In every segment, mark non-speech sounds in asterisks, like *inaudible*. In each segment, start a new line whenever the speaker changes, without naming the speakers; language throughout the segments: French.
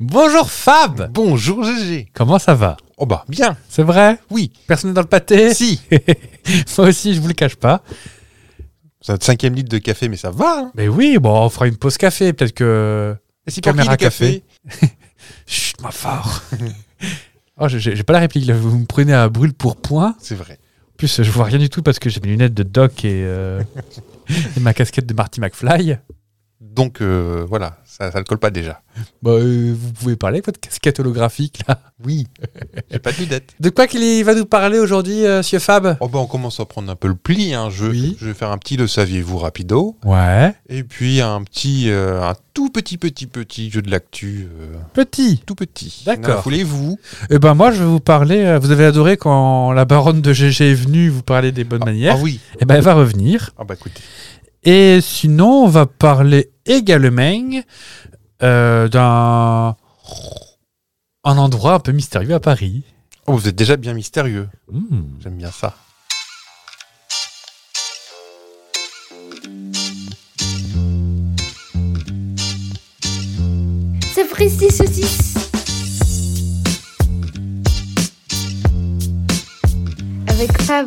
Bonjour Fab
Bonjour GG.
Comment ça va
Oh bah bien.
C'est vrai
Oui.
Personne n'est dans le pâté
Si.
*laughs* Moi aussi, je vous le cache pas.
C'est notre cinquième litre de café, mais ça va. hein.
Mais oui, bon, on fera une pause café, peut-être que...
Et si
Caméra
pour qui le café,
*laughs* Chut, moi fort *laughs* Oh, j'ai- j'ai j'ai pas la réplique, là. vous me prenez à brûle pour point.
C'est vrai.
En plus, je vois rien du tout parce que j'ai mes lunettes de Doc et, euh, *laughs* et ma casquette de Marty McFly.
Donc euh, voilà, ça, ça le colle pas déjà.
Bah, euh, vous pouvez parler, votre casquette holographique, là.
Oui. *laughs* J'ai pas de lunettes.
De quoi qu'il va nous parler aujourd'hui, euh, monsieur Fab
Oh bah on commence à prendre un peu le pli. hein. Je,
Oui.
je vais faire un petit le saviez-vous rapido.
Ouais.
Et puis un petit, euh, un tout petit, petit, petit jeu de l'actu. euh,
Petit.
tout petit.
D'accord.
N'en Voulez-vous
Eh ben moi, je vais vous parler. euh, Vous avez adoré quand la baronne de GG est venue vous parler des bonnes
Ah
manières.
oui.
Eh ben elle va revenir.
Ah bah écoutez.
Et sinon, on va parler également euh, d'un un endroit un peu mystérieux à Paris.
Oh, vous êtes déjà bien mystérieux.
Hmm.
J'aime bien ça.
C'est Fristy Saucisse. Avec Fab.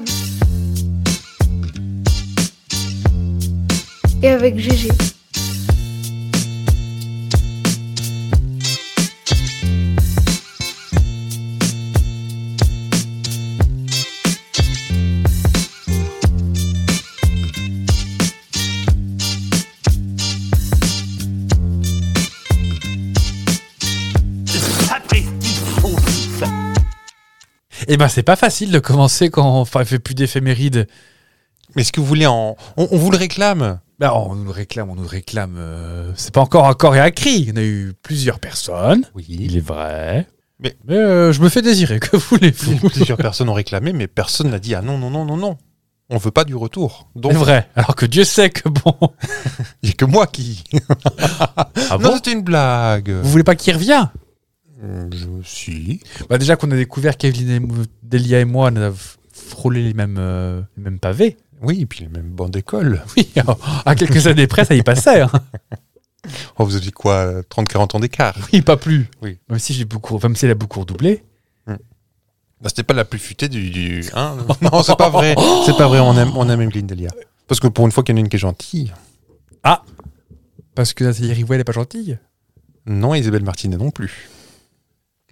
Et avec GG.
Sapristi saucisse.
Eh ben c'est pas facile de commencer quand on fait plus d'éphémérides.
Mais est-ce que vous voulez en. On, on vous le réclame
Ben, on nous le réclame, on nous le réclame. euh, c'est pas encore à corps et à cri. On a eu plusieurs personnes.
Oui.
Il est vrai. Mais,
Mais-
euh, je me fais désirer. *laughs* Que voulez-vous
Plusieurs personnes ont réclamé, mais personne n'a dit ah non, non, non, non, non. On veut pas du retour. Donc,
C'est vrai. Alors que Dieu sait que bon.
il n'y a que moi qui.
*laughs* Ah
non,
bon
c'était une blague.
Vous euh, voulez pas qu'il revienne
Hum, Je suis.
Bah déjà qu'on a découvert qu'Evelyne et- Delia et moi, on a f- frôlé les mêmes, euh, les mêmes pavés. *laughs*
Oui, et puis les mêmes bancs d'école.
Oui, oh, à quelques années près, ça y passait. hein.
Oh, vous avez quoi euh, 30, 40 ans d'écart
*laughs* Oui, pas plus.
Oui.
Même si j'ai beaucoup, même si elle a beaucoup redoublé.
Bah, C'était pas la plus futée du. du-
*laughs*
hein non, c'est pas vrai.
Oh
C'est pas vrai. On aime, on aime Evelyne Delia. Parce que pour une fois qu'il y en a une qui est gentille.
Parce que Nathalie Rivoy, elle est pas gentille.
Non, Isabelle Martinet non plus.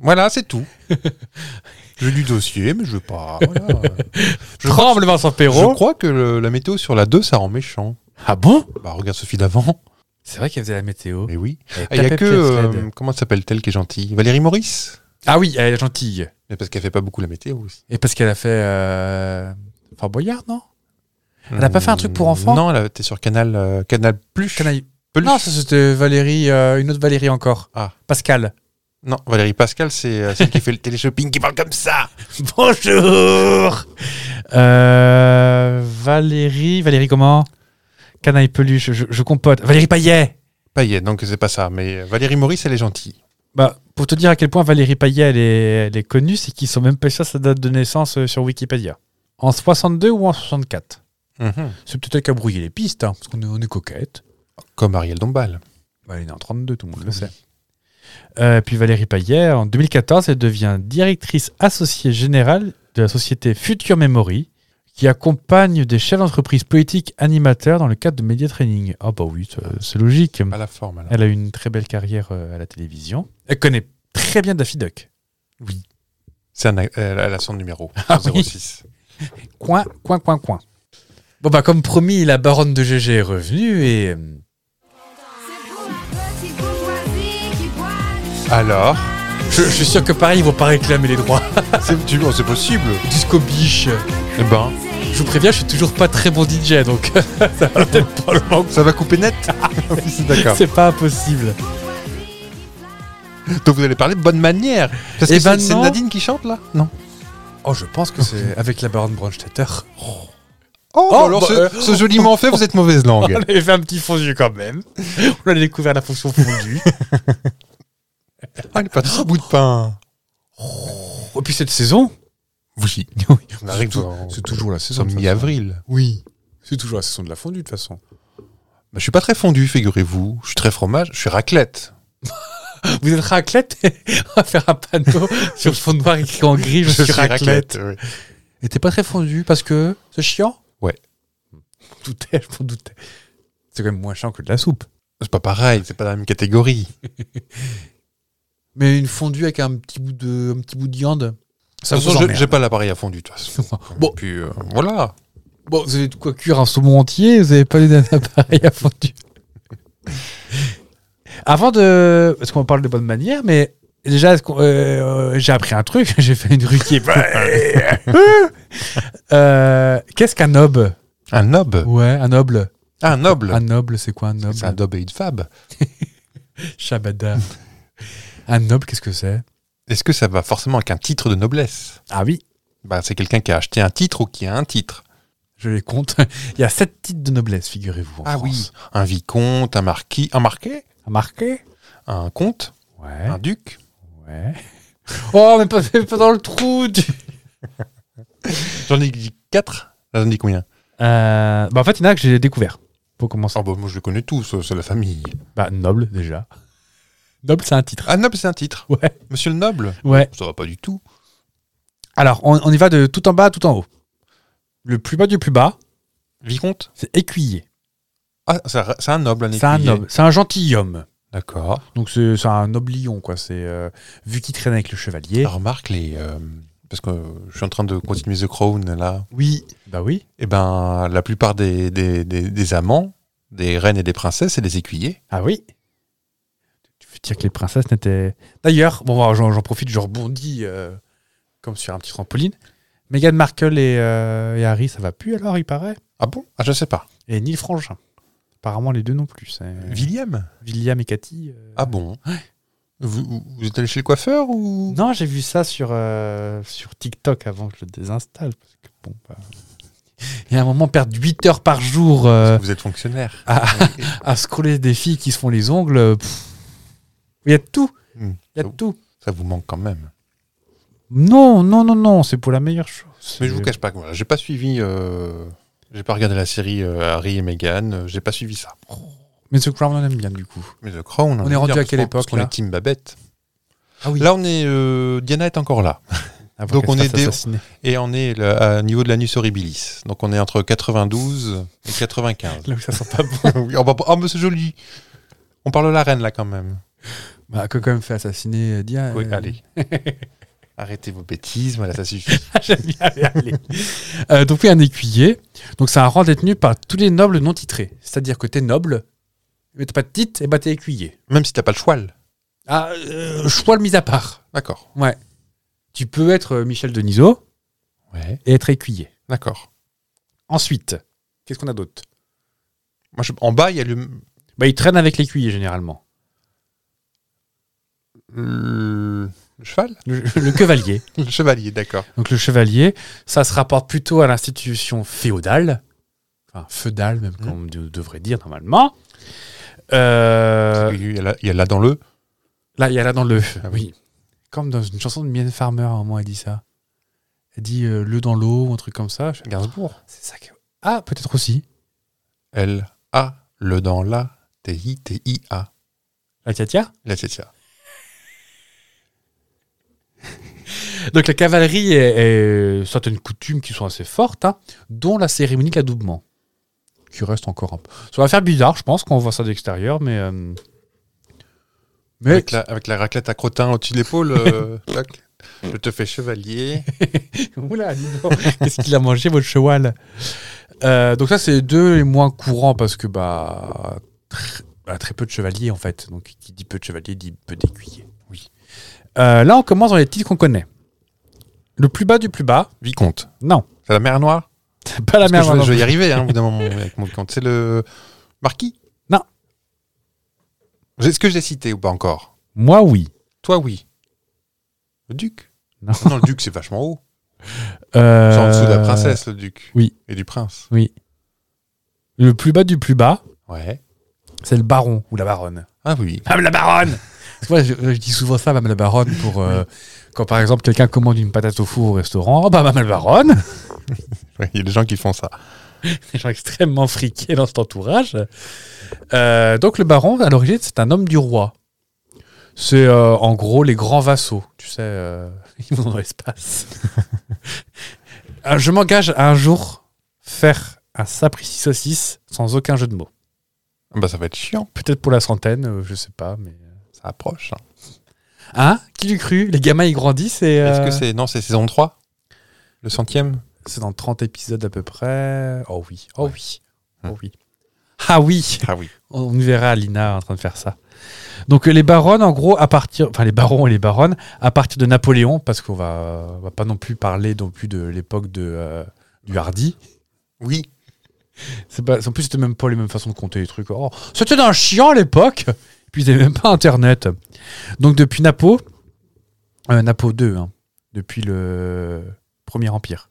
Voilà, c'est
*laughs*
tout. J'ai lu le dossier, mais je veux pas. voilà. Je crois
Tremble Vincent Perrault.
Je crois que le- la météo sur la 2, ça rend méchant.
Ah bon
Bah, regarde Sophie d'avant.
C'est vrai qu'elle faisait la météo.
Mais oui.
Elle
Il y a
tapait
que.
Pierre
euh,
Sled.
comment s'appelle-t-elle qui est gentille Valérie Maurice
Ah oui, elle est gentille.
Mais parce qu'elle fait pas beaucoup la météo aussi.
Et parce qu'elle a fait. Euh... Fort Boyard, non Elle a pas fait un truc pour enfants
Hmm. Non, elle était sur Canal, euh, Canal Plus.
Canaille.
Peluche.
Non, ça c'était Valérie, euh, une autre Valérie encore.
Ah.
Pascal.
Non, Valérie Pascal, c'est euh, celle qui fait le téléshopping, qui parle comme ça.
*laughs* Bonjour Euh, Valérie, Valérie comment Canaille peluche, je, je compote. Valérie Payet
Payet, donc c'est pas ça. Mais euh, Valérie Maurice, elle est gentille.
bah, Pour te dire à quel point Valérie Payet elle est, elle est connue, c'est qu'ils sont même pas sûrs de sa date de naissance euh, sur Wikipédia. En 62 ou en 64
Mhm.
C'est peut-être elle qui a brouillé les pistes, hein, parce qu'on est, on est coquette.
Comme Ariel Dombal.
Bah, elle est née en 32, tout le monde le sait. Euh, puis Valérie Payet, en 2014, elle devient directrice associée générale de la société Future Memory, qui accompagne des chefs d'entreprise politiques animateurs dans le cadre de Media Training. Ah bah oui, ça- c'est logique.
À la forme, alors.
Elle a eu une très belle carrière euh, à la télévision. Elle connaît très bien Daffy Duck.
C'est un- elle, elle a son numéro.
*laughs* Ah oui.
06.
Coin, coin, coin, coin. Bon bah comme promis, la baronne de GG est revenue et... euh,
C'est pour la petite bourgeoisie qui boit du champagne.
*laughs*
Alors
Je, je suis sûr que Paris, ils vont pas réclamer les droits. *laughs*
C'est tu- oh, c'est possible.
Jusqu'aux biches.
Eh ben,
Je vous préviens, je suis toujours pas très bon DJ, donc *laughs* ça va peut-être pas le manque.
ça va couper net. *laughs* Oui, c'est
*laughs*
D'accord.
C'est pas impossible.
Donc vous allez parler de bonne manière. Parce
Eh
que c'est-
ben
c'est
non.
Nadine qui chante là Non.
Oh, je pense que *laughs* c'est avec la baronne Bronstetter.
Oh,
bah
alors
bah,
ce,
euh,
ce joliment fait, vous êtes mauvaise langue.
*laughs*
*laughs*
On avait fait un petit fondu quand même. On a découvert la fonction *laughs* fondue.
Ah, le petit bout de pain.
Et puis cette saison
Oui.
Oui.
On arrive
C'est tou-
en-
c'est toujours la
Nous
saison.
sommes
de toute façon.
mi-avril.
Oui. C'est toujours la saison de la fondue de toute façon.
Bah, je suis pas très fondu, figurez-vous. Je suis très fromage, je suis raclette.
Vous êtes raclette *laughs* On va faire un *laughs* panneau sur le fond noir écrit en gris, je, suis, raclette.
ouais.
Et t'es pas très fondu parce que c'est chiant
Ouais.
*laughs* Je m'en doutais, je m'en doutais. C'est quand même moins chiant que de la soupe.
C'est pas pareil, c'est pas dans la même catégorie.
Mais une fondue avec un petit bout de, un petit bout de viande. Ça
de toute
vous
façon, j'ai-
emmerde.
j'ai pas l'appareil à fond du tout.
Bon.
Puis euh, voilà.
Bon, vous avez de quoi cuire un saumon entier, vous avez pas les appareil à fondu. Avant de. Parce qu'on parle de bonne manière, mais déjà, est-ce qu'on- euh, euh, j'ai appris un truc, *laughs* j'ai fait une ruquier. *laughs* Euh, Qu'est-ce qu'un noble
Un noble.
Ouais, un noble.
Ah, un noble.
Un noble, c'est quoi un noble
C'est un noble et une fab.
Shabada. un noble, qu'est-ce que c'est
Est-ce que ça va forcément avec un titre de noblesse
Ah oui,
bah, C'est quelqu'un qui a acheté un titre ou qui a un titre.
je les compte. *laughs* Il y a sept titres de noblesse, figurez-vous. en
Ah
France.
Un vicomte, un marquis, un marquet,
Un marqué
un comte,
Ouais.
un duc.
Ouais. *laughs* Oh, mais pas, *laughs* mais pas dans le trou du...
J'en ai dit quatre. Ah, J'en ai dit combien
Euh, bah en fait, il y en a que j'ai découvert. Faut commencer.
Ah bah, Moi, je le connais tous, euh, c'est la famille.
Bah, noble, déjà. Noble, c'est un titre.
Ah, noble, c'est un titre.
Ouais.
Monsieur le noble
Ouais.
Ça va pas du tout.
Alors, on, on y va de tout en bas à tout en haut. Le plus bas du plus bas,
Vicomte
c'est écuyer.
Ah, c'est un- c'est un noble, un
C'est un
écuyer.
noble. C'est un gentilhomme.
D'accord.
Donc, c'est c'est un noblion, quoi. C'est euh, vu qu'il traîne avec le chevalier.
Alors, Remarque, les, euh, parce que euh, je suis en train de continuer The Crown, là.
Oui. Bah oui.
Eh ben, la plupart des, des, des- des amants, des reines et des princesses, c'est des écuyers.
Ah oui. Tu veux dire que les princesses n'étaient. D'ailleurs, bon, bah, j'en j'en profite, je rebondis euh, comme sur un petit trampoline. Meghan Markle et, euh, et Harry, ça va plus alors, il paraît.
Ah bon Ah, je sais pas.
Et Neil Frangin. Apparemment, les deux non plus. c'est-
William
William et Cathy. euh,
Ah bon vous, vous- vous êtes allé chez le coiffeur ou
Non, j'ai vu ça sur, euh, sur TikTok avant que je le désinstalle. Parce que, bon, bah, Il y a un moment, perdre 8 heures par jour euh,
Vous êtes fonctionnaire.
à, à scroller des filles qui se font les ongles. euh, pff. Il y a de tout.
Hmm.
Il y a de tout.
Ça vous manque quand même.
Non, non, non, non, c'est pour la meilleure chose.
Mais je vous
C'est-
cache pas que voilà, j'ai pas suivi. euh, J'ai pas regardé la série euh, Harry et Meghan, euh, j'ai pas suivi ça.
Mais ce Crown, on aime bien du coup.
Mais The Crown,
On
veut
est rendu
dire,
à quelle époque,
parce qu'on- parce qu'on
là
est Team Babette.
Ah oui.
Là, on est. euh, Diana est encore là.
Avant
donc
qu'elle
on
se
est
fasse
des- *laughs*
assassiner.
Et on est là, à niveau de l'anus horribilis. Donc on est entre 92 et
*laughs*
95.
Là où ça sent pas Ah bon.
Oui, oh, bah, oh, mais c'est joli. On parle de la reine là quand même.
Bah, que quand même fait assassiner euh, Dia.
Oui,
euh, *laughs*
allez. Arrêtez vos bêtises, voilà, ça suffit.
J'aime bien, allez, allez. Euh, donc oui, un écuyer. Donc c'est un rang détenu par tous les nobles non titrés. C'est-à-dire que t'es noble, mais t'as pas de titre, et bah t'es écuyer.
Même si t'as pas le choual.
Ah, euh, choix le mis à part.
D'accord.
Tu peux être euh, Michel Denisot
Ouais.
et être écuyer.
D'accord.
Ensuite, qu'est-ce qu'on a d'autre
Moi, je- En bas, il y a le,
Bah, ils traînent avec l'écuyer généralement.
le- le cheval
Le, le *laughs* chevalier.
Le chevalier, d'accord.
Donc le chevalier, ça se rapporte plutôt à l'institution féodale, enfin feudale même, comme on de- devrait dire normalement. Euh,
Il, y a là- il y a là dans le.
Là, il y a là dans le.
Ah
oui. Comme dans une chanson de Mian Farmer, à un moment, elle dit ça. Elle dit euh, le dans l'eau ou un truc comme ça. Je-
Gainsbourg.
C'est ça que- Ah, peut-être aussi.
Elle a le dans la. T-I, T-I-A.
La tiatia.
La tiatia.
Donc la cavalerie est, est certaines coutumes qui sont assez fortes, hein, dont la cérémonie de l'adoubement, qui reste encore un peu. Ça va faire bizarre, je pense, quand on voit ça d'extérieur, mais. euh, Mais
Avec la, avec la raclette à crottin au-dessus de l'épaule. euh,
*laughs*
tac. Je te fais chevalier.
Oula, dis donc. qu'est-ce qu'il a mangé, votre cheval Euh, Donc ça, c'est les deux les moins courants parce que bah tr- bah, très peu de chevaliers en fait. Donc qui dit peu de chevaliers dit peu d'écuyers. Oui. Euh, là, on commence dans les titres qu'on connaît. Le plus bas du plus bas. *laughs*
Vicomte.
Non,
C'est la mer noire
c'est pas la
Parce
merde.
que je, vais-
non
je vais y
plus.
arriver hein, au
*laughs*
bout d'un moment avec mon compte. C'est le marquis
Non.
Est-ce que j'ai cité ou pas encore
Moi, oui.
Toi, oui. Le duc Ah
Non.
Non, le duc, c'est vachement haut.
Euh,
C'est en dessous de la princesse, le duc.
oui.
Et du prince.
Oui. Le plus bas du plus bas,
Ouais.
c'est le baron ou la baronne. *laughs*
Ah oui.
Madame la baronne Parce que moi, je, je dis souvent ça, Madame la baronne, pour euh, quand par exemple quelqu'un commande une patate au four au restaurant, oh, bah Madame la baronne
Ouais, Il y a des gens qui font ça.
*laughs* Des gens extrêmement friqués dans cet entourage. Euh, donc le baron, à l'origine, c'est un homme du roi. C'est euh, en gros les grands vassaux, tu sais, euh, *laughs* ils vont dans l'espace. Euh, Je m'engage à un jour faire un sapristi saucisse sans aucun jeu de mots.
Ah Bah, ça va être chiant,
Peut-être pour la centaine, euh, je sais pas, mais.
ça approche. hein.
Hein Qui l'eût cru Les gamins ils grandissent et.
Est-ce que
euh,
c'est. Non, c'est saison 3 Le centième
C'est dans 30 épisodes à peu près. Oh oui, oh oui,
Hmm.
oh oui. Ah oui
Ah oui.
On nous verra Lina en train de faire ça. Donc euh, les baronnes, en gros, à partir, enfin les barons et les baronnes, à partir de Napoléon, parce qu'on va, on va pas non plus parler non plus de l'époque de euh, du Hardy.
Oui.
C'est pas, en plus c'était même pas les mêmes façons de compter les trucs. Oh, c'était d'un chiant à l'époque. Et puis ils avaient même pas Internet. Donc depuis Napo, euh, Napo 2, hein, depuis le Premier Empire.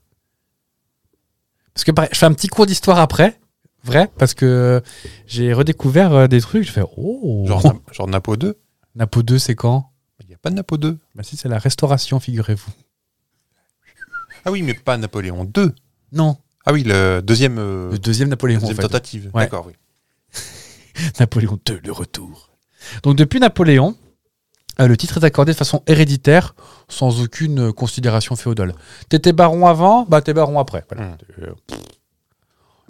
Parce que pareil, je fais un petit cours d'histoire après, vrai, parce que j'ai redécouvert euh, des trucs. Je fais oh.
Genre, Na- genre Napo 2
Napo 2, c'est quand
Il n'y a pas de Napo 2.
Bah si, c'est la restauration, figurez-vous.
Ah oui, mais pas Napoléon 2.
Non,
Ah oui, le deuxième, euh,
le deuxième Napoléon,
deuxième
en fait.
tentative.
Ouais.
D'accord, oui.
Napoléon II, le retour. Donc depuis Napoléon, euh, le titre est accordé de façon héréditaire, sans aucune euh, considération féodale. T'étais baron avant, bah t'es baron après. Voilà.
Mm.
Euh, pff.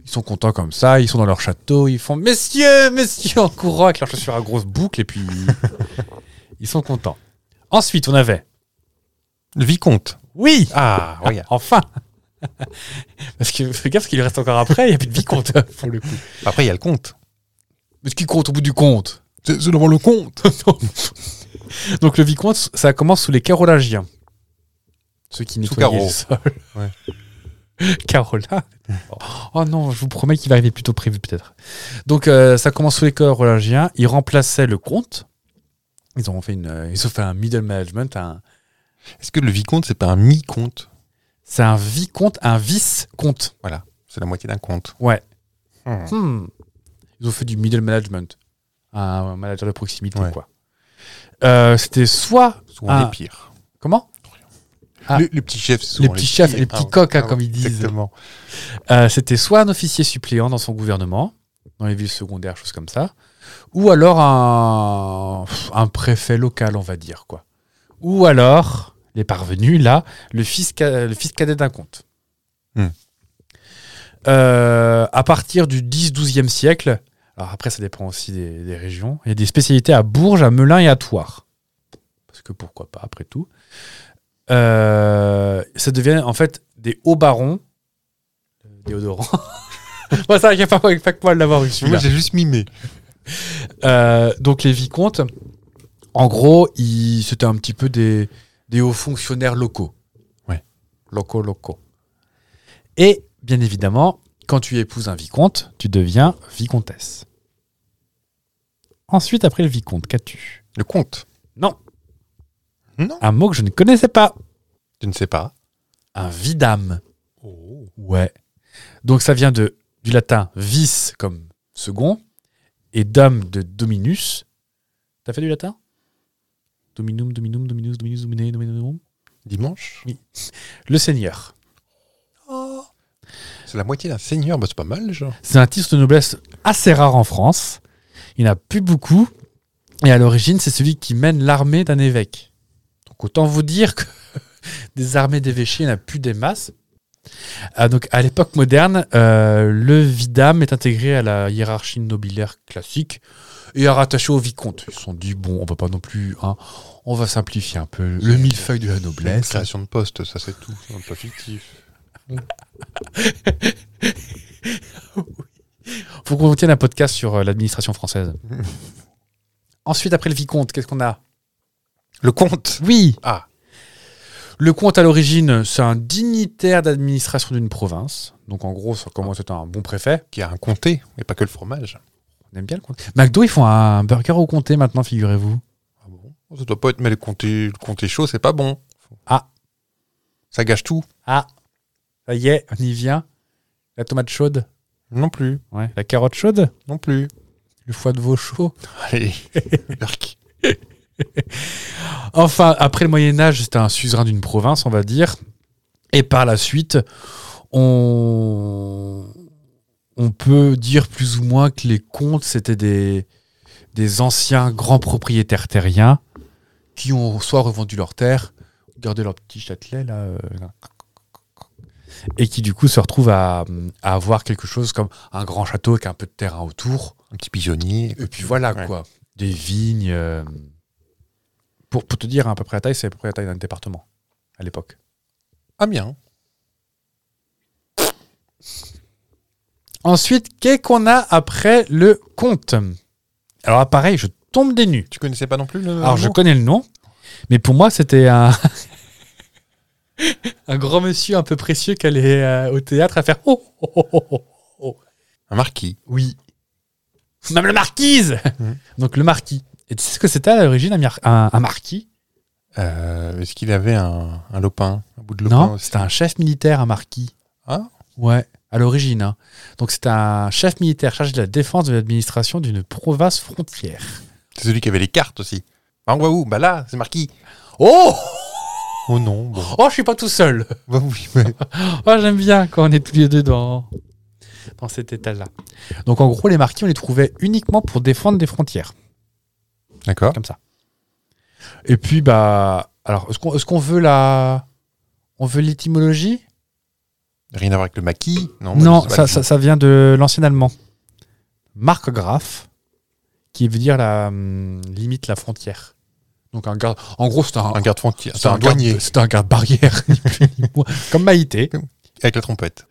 Ils sont contents comme ça, ils sont dans leur château, ils font « Messieurs, messieurs !» en courant avec leurs chaussures à grosses boucles, et puis ils sont contents. Ensuite, on avait
Le vicomte.
« Oui !»
Ah,
Ah, enfin *laughs* Parce que fais gaffe, ce qui lui reste encore après, il n'y a plus de vicomte, pour le coup.
Après, il y a le comte.
Mais ce qui compte au bout du compte
C'est devant le comte.
*laughs* Donc le vicomte, ça commence sous les carolingiens. Ceux qui nettoyaient
Caro.
le sol. *laughs* Carola Oh non, je vous promets qu'il va arriver plus tôt que prévu, peut-être. Donc euh, ça commence sous les carolingiens. Ils remplaçaient le comte. Ils ont fait, une, euh, ils ont fait un middle management, un-
Est-ce que le vicomte, c'est pas un mi-comte
c'est un vicomte, un vice-comte.
C'est la moitié d'un comte.
Ouais.
Hmm.
Hmm. Ils ont fait du middle management. Un manager de proximité,
Ouais.
quoi. Euh, c'était soit.
Souvent
Ah.
les pires.
Comment Ah.
Les, les petits chefs, c'est souvent
Les petits chefs, les petits coqs, hein,
ouais,
comme ils disent.
Exactement.
Euh, C'était soit un officier suppléant dans son gouvernement, dans les villes secondaires, choses comme ça, ou alors un, pff, un préfet local, on va dire, quoi. Ou alors, les parvenus, là, le fils, ca- le fils cadet d'un comte.
Hmm.
Euh, à partir du 10-12e siècle, alors après, ça dépend aussi des, des régions, il y a des spécialités à Bourges, à Melun et à Thouars. Parce que pourquoi pas, après tout. Euh, ça devient en fait des hauts barons euh, déodorant. *laughs* Moi, ça, il n'y a pas, pas que moi de l'avoir eu
Moi,
celui-là.
j'ai juste mimé.
Euh, donc, les vicomtes, en gros, ils- c'était un petit peu des, des hauts fonctionnaires locaux.
Ouais.
Locaux, locaux. Et, bien évidemment, quand tu épouses un vicomte, tu deviens vicomtesse. Ensuite, après le vicomte, qu'as-tu
Le comte.
Non.
Non.
Un mot que je ne connaissais pas.
Je ne sais pas.
Un vidame. Ouais. Donc ça vient de, du latin vis comme second et dame de dominus. T'as fait du latin Dominum, dominum, dominus, dominus, domine, dominum.
Dimanche.
Le seigneur.
C'est la moitié d'un seigneur. Bah, c'est pas mal, genre.
C'est un titre de noblesse assez rare en France. Il n'y en a plus beaucoup. Et à l'origine, c'est celui qui mène l'armée d'un évêque. Donc autant vous dire que *laughs* des armées d'évêchés, il n'y en a plus des masses. Ah, donc à l'époque moderne, euh, le vidame est intégré à la hiérarchie nobiliaire classique et est rattaché au vicomte. Ils se sont dit, bon, on va pas non plus... hein, on va simplifier un peu le millefeuille de la
Une
noblesse.
création de poste, ça c'est tout. C'est pas fictif.
faut qu'on tienne un podcast sur euh, l'administration française. Ensuite, après le vicomte, qu'est-ce qu'on a
Le comte.
Oui.
Ah.
Le comte à l'origine, c'est un dignitaire d'administration d'une province. Donc en gros, ça commence à être un bon préfet.
Qui a un comté, mais pas que le fromage.
On aime bien le comté. McDo, ils font un burger au comté maintenant, figurez-vous.
Ah bon Ça doit pas être. Mais le comté, le comté chaud, c'est pas bon.
Ah.
Ça gâche tout.
Ah, ça y est, on y vient. La tomate chaude,
Non plus.
ouais. la carotte chaude,
Non plus.
le foie de veau chaud. *laughs*
Allez. Berk.
Enfin, après le Moyen Âge, c'était un suzerain d'une province, on va dire. Et par la suite, on, on peut dire plus ou moins que les comtes, c'était des, des anciens grands propriétaires terriens qui ont soit revendu leurs terres, gardé leur petit châtelet, là, euh, là. et qui du coup se retrouvent à, à avoir quelque chose comme un grand château avec un peu de terrain autour.
Un petit pigeonnier.
Et puis voilà
Ouais.
quoi. Des vignes. euh, pour, pour te dire hein, à peu près la taille, c'est à peu près la taille d'un département à l'époque.
Ah bien.
Ensuite, qu'est-ce qu'on a après le conte Alors pareil, je tombe des nues.
Tu connaissais pas non plus le.
Alors je
nom
connais le nom, mais pour moi c'était un... *laughs* un grand monsieur un peu précieux qui allait euh, au théâtre à faire oh, oh, oh, oh, oh.
Un marquis.
Oui. Même le marquise
Mhm.
Donc le marquis. Et tu sais ce que c'était à l'origine un, mar- un- un marquis
Euh, Est-ce qu'il avait un, un lopin Un bout de lopin
Non,
aussi
c'était un chef militaire, un marquis. Hein
Ah.
Ouais, à l'origine. hein. Donc c'était un chef militaire chargé de la défense de l'administration d'une province frontière.
C'est celui qui avait les cartes aussi. Ah, on va où Bah là, c'est marquis.
Oh
Oh non. Bon.
Oh, je suis pas tout seul
*laughs* Bah oui, mais-
Oh, j'aime bien quand on est tous les deux dans, dans cet état-là. Donc, en gros, les marquis, on les trouvait uniquement pour défendre des frontières,
D'accord.
comme ça. Et puis, bah, alors, est-ce qu'on est-ce qu'on veut la. On veut l'étymologie
Rien à voir avec le maquis Non, mais
Non,
je sais
ça,
pas.
ça, ça vient de l'ancien allemand. Markgraf, qui veut dire la hum, limite, la frontière. Donc, un garde, en gros, c'est un,
Un garde frontière.
c'est un douanier. C'est un garde-barrière, *laughs* ni plus ni moins. Comme Maïté.
Avec la trompette.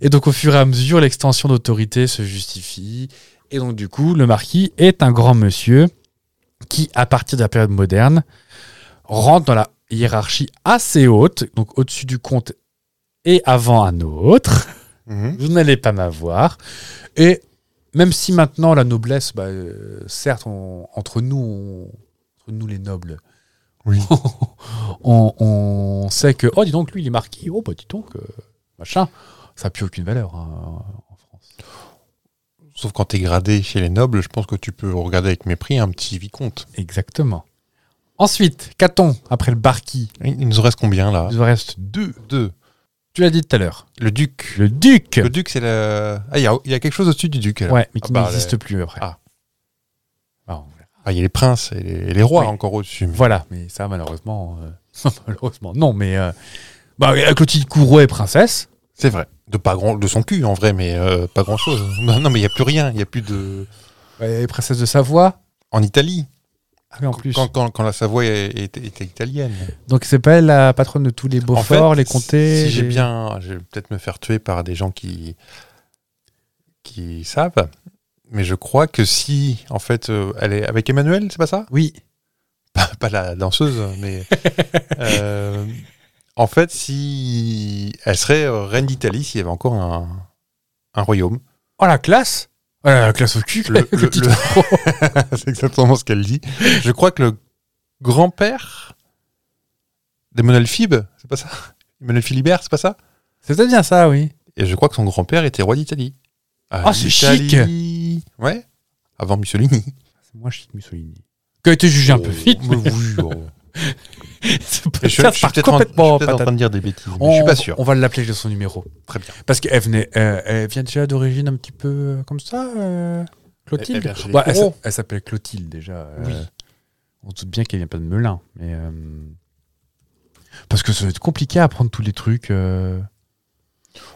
Et donc au fur et à mesure, l'extension d'autorité se justifie. Et donc du coup, le marquis est un grand monsieur qui, à partir de la période moderne, rentre dans la hiérarchie assez haute, donc au-dessus du comte et avant un autre. Vous n'allez pas m'avoir. Et même si maintenant la noblesse, bah, euh, certes, on- entre nous, on- entre nous les nobles,
Oui.
*laughs* on, on sait que, oh dis donc, lui il est marquis, oh bah dis donc, euh, machin, ça n'a plus aucune valeur hein, en France.
Sauf quand t'es gradé chez les nobles, je pense que tu peux regarder avec mépris un petit vicomte.
Exactement. Ensuite, qu'a-t-on après le barquis
Il nous en reste combien là
Il nous en reste deux.
Deux.
Tu l'as dit tout à l'heure.
Le duc.
Le duc
Le duc, c'est le. Ah, il y, a- il y a quelque chose au-dessus du duc. alors.
Ouais, mais qui
Ah bah,
n'existe
les-
plus après.
Ah.
Ah, on verra.
Ah, il y a les princes et les, et les rois
Oui.
encore au-dessus. mais-
Voilà, mais ça malheureusement, euh, *laughs* malheureusement non, mais euh, bah, euh, Clotilde Courroie est princesse.
C'est vrai. De pas grand, de son cul en vrai, mais euh, pas grand chose. Non, non, mais il y a plus rien. Il y a plus de.
Elle est princesse de Savoie.
En Italie,
Ah oui, en plus.
quand, quand, quand la Savoie était, était italienne.
Donc c'est pas elle la patronne de tous les
En fait,
Beaufort, les comtés.
Si j'ai
les-
bien, je vais peut-être me faire tuer par des gens qui qui savent. Mais je crois que si, en fait, euh, elle est avec Emmanuel, c'est pas ça *laughs*
Oui.
pas, pas la danseuse,
*laughs*
mais euh, en fait, si elle serait euh, reine d'Italie, s'il y avait encore un, un royaume.
*laughs* Oh la classe. Oh, la classe au cul. *laughs*
Le- le-
Clotilde
le- *laughs*
Courroie.
C'est exactement ce qu'elle dit. Je crois que le grand-père d'Emmanuel Fib, c'est pas ça Emmanuel Philibert, c'est pas ça
C'était bien ça, oui.
Et je crois que son grand-père était roi d'Italie.
Ah, c'est chic
l'Italie. Ouais, avant *laughs* Mussolini.
C'est moi chic Mussolini. Qui a été jugé un peu vite.
Mais
mais-
oui, oh.
*laughs* C'est pas-
Et Je,
ça
je suis
part
peut-être en, je suis
complètement en
peut-être en
patate.
train de dire des bêtises, mais
On-
je suis pas sûr.
On va l'appeler de son numéro.
Très bien.
Parce qu'elle venait, euh, elle vient déjà d'origine un petit peu euh, comme ça, euh, Clotilde.
Elle- elle vient Eh, chez les
Bah, elle s'a-
Corot.
elle s'appelle Clotilde déjà. euh,
Oui.
On se doute bien qu'elle vient pas de Melun, mais euh, parce que ça va être compliqué à apprendre tous les trucs. euh,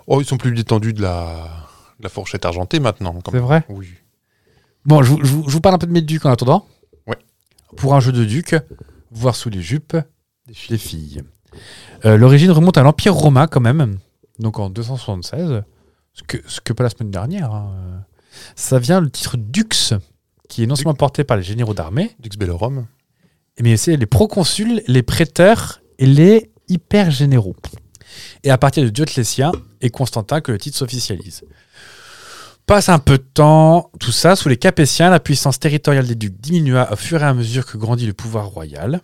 Oh, ils sont plus détendus de la, de la fourchette argentée maintenant. quand
C'est
même.
vrai.
Oui.
Bon, je, vous- je vous je vous parle un peu de mes ducs en attendant.
Ouais.
Pour un jeu de duc, voir sous les jupes des filles. Euh, L'origine remonte à l'Empire romain quand même, donc en 276, ce que, ce que pas la semaine dernière. hein. Ça vient le titre dux, qui est non seulement porté par les généraux d'armée,
Dux Bellorum.
mais aussi Eh les proconsuls, les prêteurs et les hyper-généraux. Et à partir de Dioclétien et Constantin que le titre s'officialise. Passe un peu de temps, tout ça, sous les Capétiens, la puissance territoriale des ducs diminua au fur et à mesure que grandit le pouvoir royal.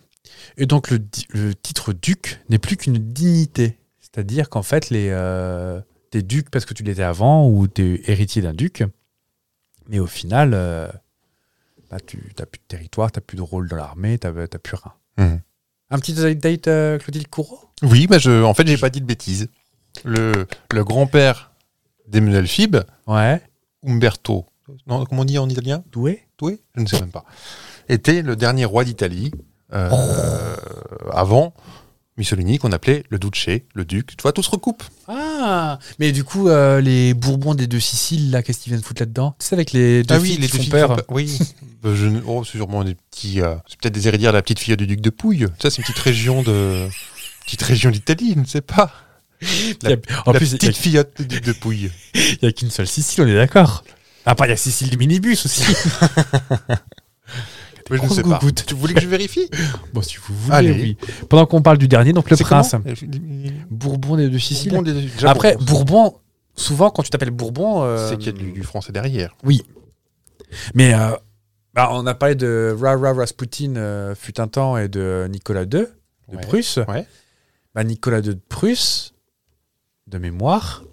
Et donc le, di- le titre duc n'est plus qu'une dignité. C'est-à-dire qu'en fait, les, euh, t'es duc parce que tu l'étais avant ou t'es héritier d'un duc. Mais au final, euh, bah, tu n'as plus de territoire, tu n'as plus de rôle dans l'armée, tu n'as plus rien.
Mhm.
Un petit update, euh, Claudie Courreau
Oui, bah je, en fait, j'ai pas dit de bêtises. Le, le grand-père d'Emmanuel Fib,
Ouais.
Umberto, non, comment on dit en italien
Doué
Doué Je ne sais même pas. Était le dernier roi d'Italie euh, avant Mussolini, qu'on appelait le Duce, le Duc. Tu vois, tout se recoupe.
Ah Mais du coup, euh, les Bourbons des deux Siciles, là, qu'est-ce qu'ils viennent foutre là-dedans Tu sais, avec les
Ah
deux filles qui font
qui font
peur.
peur. Oui. Euh, je ne- oh, c'est sûrement des petits. euh, c'est peut-être des héritières de la petite fille du Duc de Pouille. Ça, c'est une petite région de. Petite région d'Italie, je ne sais pas.
Il y a- en
la
plus, il y a-
petite fillette du Duc de Pouille.
il n'y a, qu'une seule Sicile, on est d'accord. Ah, pas il y a Sicile du minibus
*laughs*
aussi.
Oui, je ne
grosses
sais pas.
gougouttes.
Tu voulais que je vérifie
bon, si vous voulez,
Allez.
oui. Pendant qu'on parle du dernier, donc le
C'est
prince.
comment
Bourbon des deux Siciles.
Bourbon des- déjà,
Après,
Bourbon,
Bourbon, souvent, quand tu t'appelles Bourbon. euh,
c'est qu'il y a du, du français derrière.
Mais euh, bah, on a parlé de Ra Ra Rasputin euh, fut un temps et de Nicolas II de
Ouais.
Prusse.
Ouais.
Bah, Nicolas II de Prusse, de mémoire,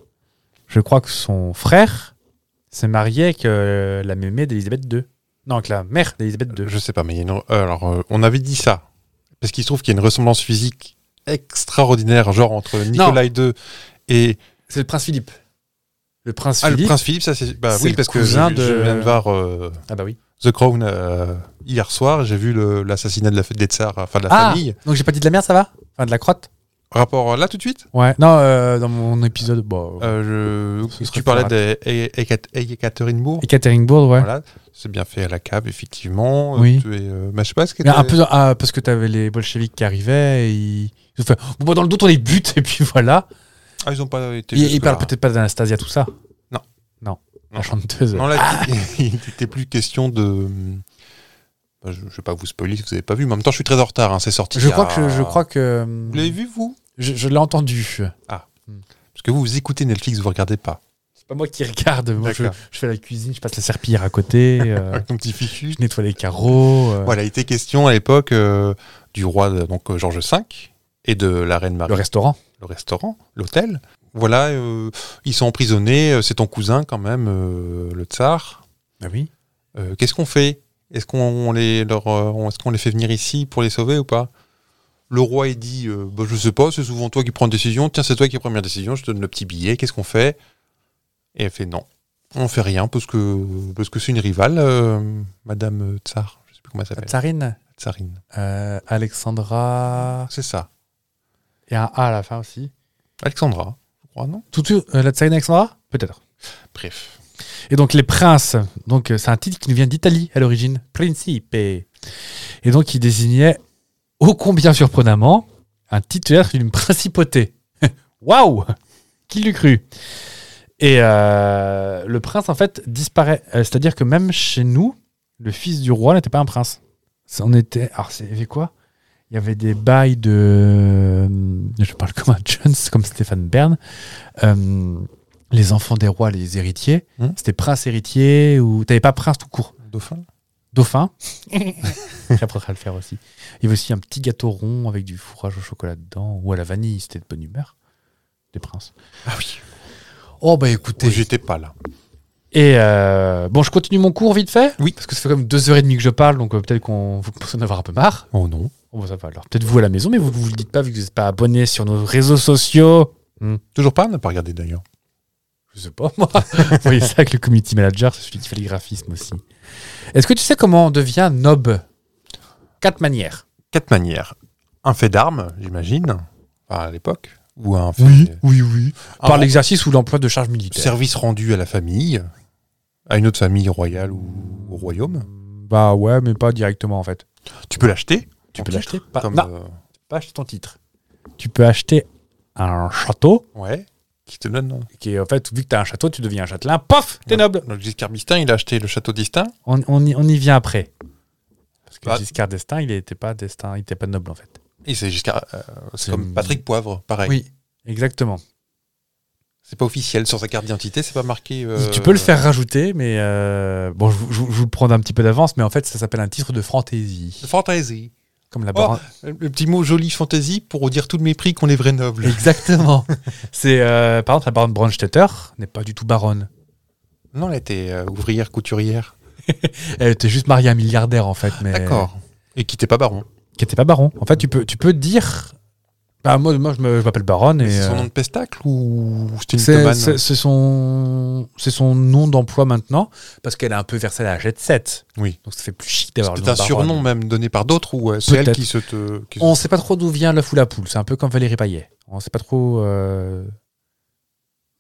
je crois que son frère s'est marié avec euh, la mémé d'Élisabeth II. Non, avec la mère d'Élisabeth II.
Je sais pas, mais il y a une... euh, alors euh, on avait dit ça parce qu'il se trouve qu'il y a une ressemblance physique extraordinaire, genre entre Nicolas II et
C'est le prince Philippe. Le prince
ah, le
Philippe.
prince Philippe. Ça c'est bah
C'est
oui
le
parce que je,
cousin
je
de-
viens de voir euh,
Ah bah oui.
The Crown euh, hier soir. J'ai vu le- l'assassinat de la des tsars, enfin de la
Ah,
famille.
donc j'ai pas dit de la merde, ça va Enfin, de la crotte
Rapport euh, là tout de suite.
Ouais. Non, euh, dans mon épisode. Bon,
Euh,
Ce
je...
serait
Tu parlais E-,
plus
d'Ekaterinbourg.
Ekaterinbourg, ouais.
Voilà, c'est bien fait à la cave, effectivement. Euh,
Oui.
tu es, euh, bah, je sais pas ce que
Mais un
t'as-
peu ah, parce que t'avais les bolcheviks qui arrivaient et ils, ils ont fait, bon, bah, dans le doute on les bute et puis voilà.
Ah, ils ont pas été.
Ils, ils
jusque-là.
parlent peut-être pas d'Anastasia tout ça.
Non.
Non. La
Non.
chanteuse.
Non, là, il n'était plus question de. Bah, je ne vais pas vous spoiler si vous n'avez pas vu, mais en même temps, je suis très en retard. hein, c'est sorti.
je
il y a-
crois que je, je crois que
Vous l'avez vu, vous
je, je l'ai entendu.
Parce que vous, vous écoutez Netflix, vous ne regardez pas.
C'est pas moi qui regarde. Moi, je,
D'accord.
je fais la cuisine, je passe la serpillière à *laughs* côté, euh,
Avec ton petit fichu.
je nettoie les carreaux. euh,
Voilà, il était question à l'époque euh, du roi euh, donc, euh, George V et de la reine Marie.
Le restaurant.
le restaurant, l'hôtel. Voilà, euh, ils sont emprisonnés. euh, C'est ton cousin, quand même, euh, le tsar.
Bah oui.
Euh, Qu'est-ce qu'on fait Est-ce qu'on les, leur, euh, on- est-ce qu'on les fait venir ici pour les sauver ou pas Le roi, il dit euh, Bah, Je sais pas, c'est souvent toi qui prends une décision. Tiens, c'est toi qui prends la première décision, je te donne le petit billet. Qu'est-ce qu'on fait Et elle fait Non, on fait rien parce que parce que c'est une rivale, euh, Madame euh, Tsar. Je sais plus comment elle
La
s'appelle.
tsarine.
Tsarine.
euh, Alexandra.
C'est ça.
Il y a un A à la fin aussi.
Alexandra, je crois, non
Tout, tout- euh, la tsarine Alexandra Peut-être.
Bref.
Et donc les princes, donc euh, c'est un titre qui nous vient d'Italie à l'origine, principe. Et donc qui désignait, ô combien surprenamment, un titulaire d'une principauté. *laughs* Waouh Qui l'eût cru Et euh, le prince en fait disparaît. Euh, C'est-à-dire que même chez nous, le fils du roi n'était pas un prince. Ça, On était, alors c'est- il y avait quoi Il y avait des bails de, euh, je parle comme un Jones, comme Stéphane Bern, Euh, les enfants des rois, les héritiers. C'était prince héritier ou t'avais pas prince tout court.
Dauphin
Dauphin. J'apprendrai à le faire aussi. Il y avait aussi un petit gâteau rond avec du fourrage au chocolat dedans ou à la vanille. C'était de bonne humeur. Des princes.
Ah oui.
Oh bah
Oh,
écoutez.
J'étais pas là.
Et euh, bon, je continue mon cours vite fait.
Oui.
Parce que ça fait comme deux heures et demie que je parle, donc euh, peut-être qu'on vous pensez en avoir un peu marre.
Oh non.
Oh, bah, ça va alors. Peut-être vous à la maison, mais vous ne vous le dites pas vu que vous n'êtes pas abonné sur nos réseaux sociaux.
Toujours pas, on n'a pas regardé d'ailleurs.
Je sais pas, moi. *laughs* vous voyez ça avec le community manager, c'est celui qui fait les graphismes aussi. Est-ce que tu sais comment on devient nob Quatre manières.
quatre manières. Un fait d'armes, j'imagine, enfin, à l'époque, ou un fait
oui, oui.
un
Par l'exercice ou l'emploi de charges militaires.
service rendu à la famille, à une autre famille royale ou au royaume.
Bah ouais, mais pas directement en fait.
Tu peux l'acheter.
Tu
en
peux
titre,
l'acheter pas,
comme,
non,
euh,
pas acheter ton titre. Tu peux acheter un château,
ouais, qui te donne. euh,
qui est en fait, vu que t'as un château, tu deviens un châtelain, pof, t'es
Ouais.
noble.
Donc Giscard d'Estaing, il a acheté le château d'Estaing.
On, on y, on y vient après. Parce que
Bah.
Giscard d'Estaing, il n'était pas d'Estaing, il était pas noble en fait.
Et c'est Giscard, euh,
C'est-
c'est comme Patrick Poivre, pareil.
Oui, exactement.
C'est pas officiel sur sa carte d'identité, c'est pas marqué. euh,
Tu peux le faire rajouter, mais euh, bon, je, vous- je vous- je vous le prends un petit peu d'avance, mais en fait, ça s'appelle un titre de fantaisie.
Fantaisie.
Comme la
Oh,
baronne. *laughs*
Le petit mot jolie fantaisie pour dire tout le mépris qu'on est vrai noble.
Exactement. C'est euh, par exemple la baronne Brandstetter n'est pas du tout baronne.
Non, elle était euh, ouvrière, couturière.
Elle était juste mariée à un milliardaire en fait, mais
D'accord. Et qui n'était pas baron.
qui n'était pas baron. En fait, tu peux, tu peux dire. bah, Bah, moi, moi, je me- je m'appelle Baron
Mais
et.
C'est son
euh,
nom de pestacle ou c'était une
C'est
cabane
c'est- c'est son, c'est son nom d'emploi maintenant, parce qu'elle a un peu versé la jet 7.
Oui.
Donc ça fait plus chic d'avoir le
C'était
nom
un
Baron.
surnom même donné par d'autres ou euh, c'est elle
Peut-être.
qui se te. qui se-
On sait pas trop d'où vient l'œuf ou la poule. C'est un peu comme Valérie Payet. On sait pas trop. euh,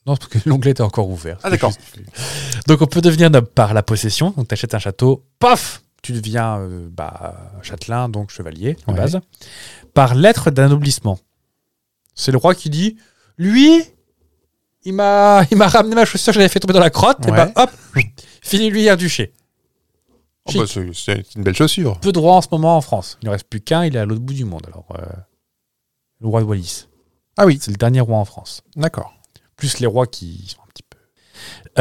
Non, parce que *laughs* l'onglet était encore ouvert.
Ah d'accord.
Donc on peut devenir noble par la possession. Donc t'achètes un château, paf Tu deviens euh, bah, châtelain, donc chevalier, de
Ouais.
base. Par lettre d'anoblissement. C'est le roi qui dit Lui, il m'a il m'a ramené ma chaussure, je l'avais fait tomber dans la crotte, et bah
Ouais.
hop *laughs* Fini-lui un duché.
Oh, bah, c'est- c'est une belle chaussure.
Peu de rois en ce moment en France. Il ne reste plus qu'un, il est à l'autre bout du monde. Alors, euh, le roi de Wallis.
Ah oui.
C'est le dernier roi en France
D'accord.
plus les rois qui sont un petit peu.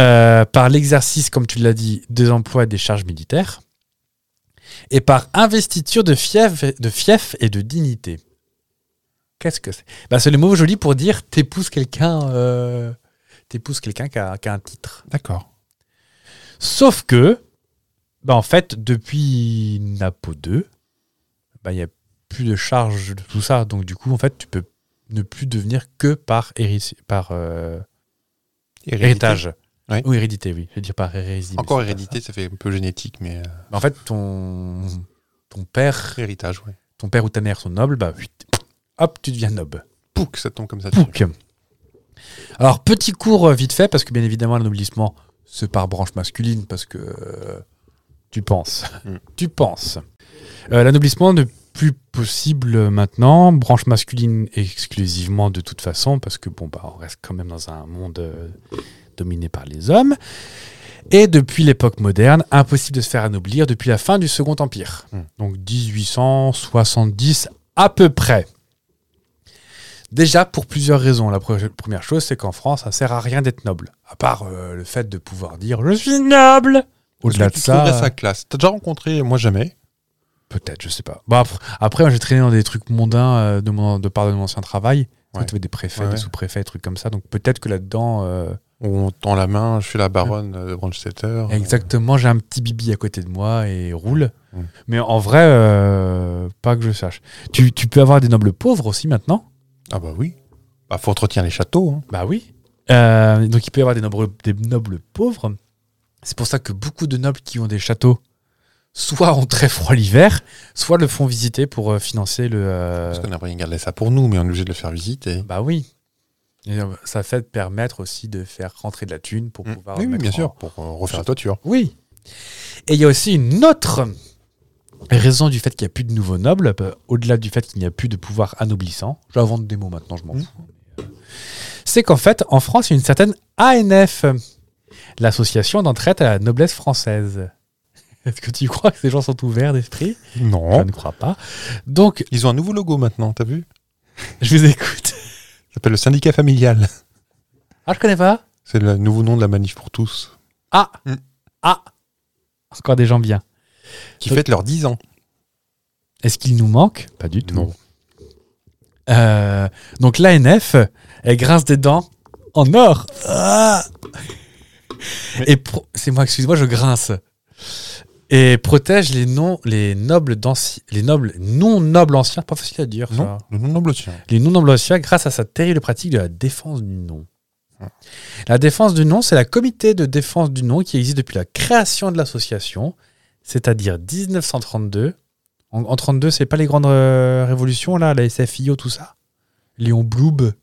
Euh, par l'exercice, comme tu l'as dit, des emplois et des charges militaires, et par investiture de fief, de fief et de dignité. Qu'est-ce que c'est bah, C'est le mot joli pour dire t'épouses quelqu'un euh, t'épouses quelqu'un qui a, qui a un titre.
D'accord.
Sauf que, bah, en fait, depuis Napo 2, bah, il n'y a plus de charge de tout ça. Donc, du coup, en fait, tu peux ne plus devenir que par, héris- par euh, Héritage.
Ouais.
Ou hérédité, oui. Je veux dire par hérésie. mais
Encore
c'est pas
hérédité, ça fait un peu génétique, mais euh,
ça. Mais En fait, ton, ton, père,
héritage, ouais.
ton père ou ta mère sont nobles, bah, oui, hop, tu deviens noble.
Pouc, ça tombe comme ça.
Pouc. Alors, petit cours euh, vite fait, parce que bien évidemment, l'ennoblissement, c'est par branche masculine, parce que euh, tu penses.
Mm.
tu penses. Euh, L'ennoblissement n'est plus possible euh, maintenant, branche masculine exclusivement de toute façon, parce que bon, bah, on reste quand même dans un monde euh, dominé par les hommes. Et depuis l'époque moderne, impossible de se faire anoblir depuis la fin du Second Empire.
Mm.
Donc 1870 à peu près. Déjà pour plusieurs raisons. La pre- première chose, c'est qu'en France, ça sert à rien d'être noble, à part euh, le fait de pouvoir dire je suis noble. Au-delà
Au-delà
de ça, euh,
sa classe. T'as déjà rencontré, moi jamais.
peut-être, je sais pas. Bon, après, après, moi, j'ai traîné dans des trucs mondains euh, de, mon, de part de mon ancien travail.
Ouais.
Tu avais des préfets,
Ouais,
des
ouais.
sous-préfets, des trucs comme ça. Donc peut-être que là-dedans, euh,
On tend la main, je suis la baronne euh, de Branchsetter.
exactement, j'ai un petit bibi à côté de moi et roule.
Mm.
Mais en vrai, euh, pas que je sache. Tu, tu peux avoir des nobles pauvres aussi maintenant.
Ah bah oui. Bah faut entretenir les châteaux. hein.
Bah oui. Euh, donc il peut y avoir des nobles, des nobles pauvres. C'est pour ça que beaucoup de nobles qui ont des châteaux, soit ont très froid l'hiver, soit le font visiter pour euh, financer le. euh,
Parce qu'on aimerait bien garder ça pour nous, mais on est obligé de le faire visiter.
Bah oui. Et, euh, ça fait permettre aussi de faire rentrer de la thune pour
Mm.
pouvoir.
oui, oui,
mettre
bien
en-
sûr, pour euh, refaire la toiture.
Oui. Et il y a aussi une autre raison du fait qu'il n'y a plus de nouveaux nobles, bah, au-delà du fait qu'il n'y a plus de pouvoir anoblissant. J'invente des mots maintenant, je m'en
Mhm.
fous. euh, C'est qu'en fait, en France, il y a une certaine ANF, l'association d'entraide à la noblesse française. *laughs* Est-ce que tu crois que ces gens sont ouverts d'esprit Je
Non.
ne crois pas. Donc,
Ils ont un nouveau logo maintenant, t'as vu
je vous écoute.
Ça s'appelle le syndicat familial. *laughs*
Ah, je connais pas
C'est le nouveau nom de la manif pour tous.
Ah
Mm.
Ah Encore des gens bien.
Qui
Donc-
fête leurs 10 ans.
Est-ce qu'il nous manque Pas du tout.
Non.
Euh, donc l'ANF, elle grince des dents en or. Ah Et pro- c'est moi, excuse-moi, je grince. Et protège les non, les nobles d'anciens, les nobles non nobles anciens, pas facile à dire. ça.
Non, le nom noble tien.
Les non nobles anciens grâce à sa terrible pratique de la défense du nom. La défense du nom, c'est la comité de défense du nom qui existe depuis la création de l'association, c'est-à-dire 1932. En, en 32, c'est pas les grandes euh, révolutions là, la SFIO, tout ça. Léon Bloub,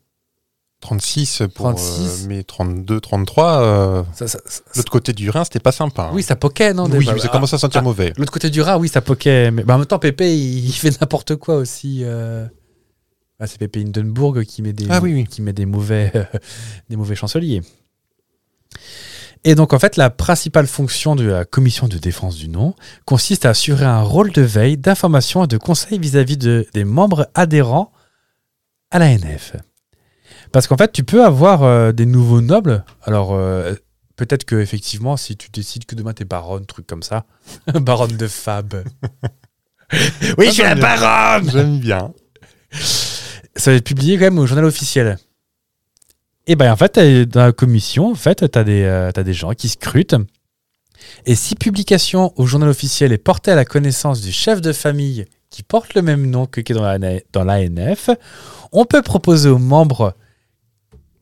36 pour
36.
euh, mais 32, 33. euh,
ça- ça- ça-
L'autre côté du Rhin, c'était pas sympa. hein.
oui, ça poquait, non
oui,
déjà
ça
Ah,
commence à sentir
ah.
mauvais.
L'autre côté du rat, oui, ça poquait. Mais bah, en même temps, Pépé, il, *laughs* il fait n'importe quoi aussi. euh. Ah, c'est Pépé Hindenburg qui met des,
Ah oui, oui.
Qui met des, mauvais, *laughs* des mauvais chanceliers. Et donc, en fait, la principale fonction de la commission de défense du nom consiste à assurer un rôle de veille, d'information et de conseil vis-à-vis de- des membres adhérents à l'ANF. Parce qu'en fait, tu peux avoir euh, des nouveaux nobles. Alors, euh, peut-être que effectivement, si tu décides que demain t'es baronne, truc comme ça, *laughs* baronne de Fab. Ah. oui, je suis la baronne.
J'aime bien.
Ça va être publié quand même au journal officiel. Et ben en fait, t'as- dans la commission, en fait, t'as des euh, t'as des gens qui scrutent. Et si publication au journal officiel est portée à la connaissance du chef de famille qui porte le même nom que qui est dans la- dans l'ANF, on peut proposer aux membres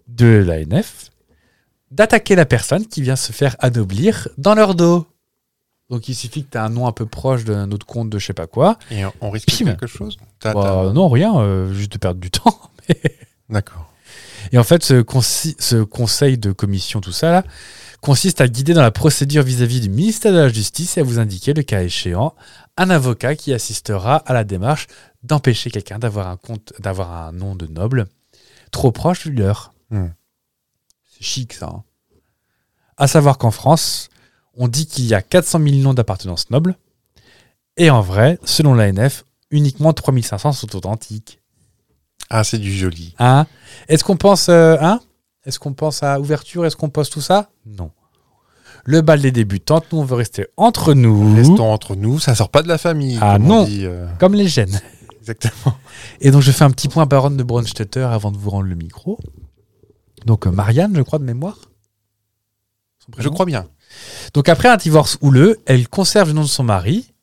de l'ANF d'attaquer la personne qui vient se faire anoblir dans leur dos. Donc il suffit que tu as un nom un peu proche d'un autre compte de je sais pas quoi.
Et on- on risque
Pim.
quelque chose T'as-
Bah, non, rien, euh, juste de perdre du *laughs* temps.
t'as- D'accord.
Et en fait, ce, consi- ce conseil de commission, tout ça, là, consiste à guider dans la procédure vis-à-vis du ministère de la Justice et à vous indiquer, le cas échéant, un avocat qui assistera à la démarche d'empêcher quelqu'un d'avoir un compte, d'avoir un nom de noble trop proche du leur.
Hmm.
C'est chic, ça. hein. À savoir qu'en France, on dit qu'il y a 400 000 noms d'appartenance noble, et en vrai, selon l'ANF, uniquement 3500 sont authentiques.
Ah, c'est du joli.
Hein Est-ce qu'on pense, euh, hein Est-ce qu'on pense à ouverture Est-ce qu'on pense tout ça Non. Le bal des débutantes, nous on veut rester entre nous,
Restons entre nous, ça sort pas de la famille.
Ah
comme on
non.
dit, euh,
comme les gènes.
Exactement.
Et donc je fais un petit point baronne de Bronstetter avant de vous rendre le micro. Donc euh, Marianne, je crois de mémoire. Son
Je
prénom
crois bien.
Donc après un divorce houleux, elle conserve le nom de son mari,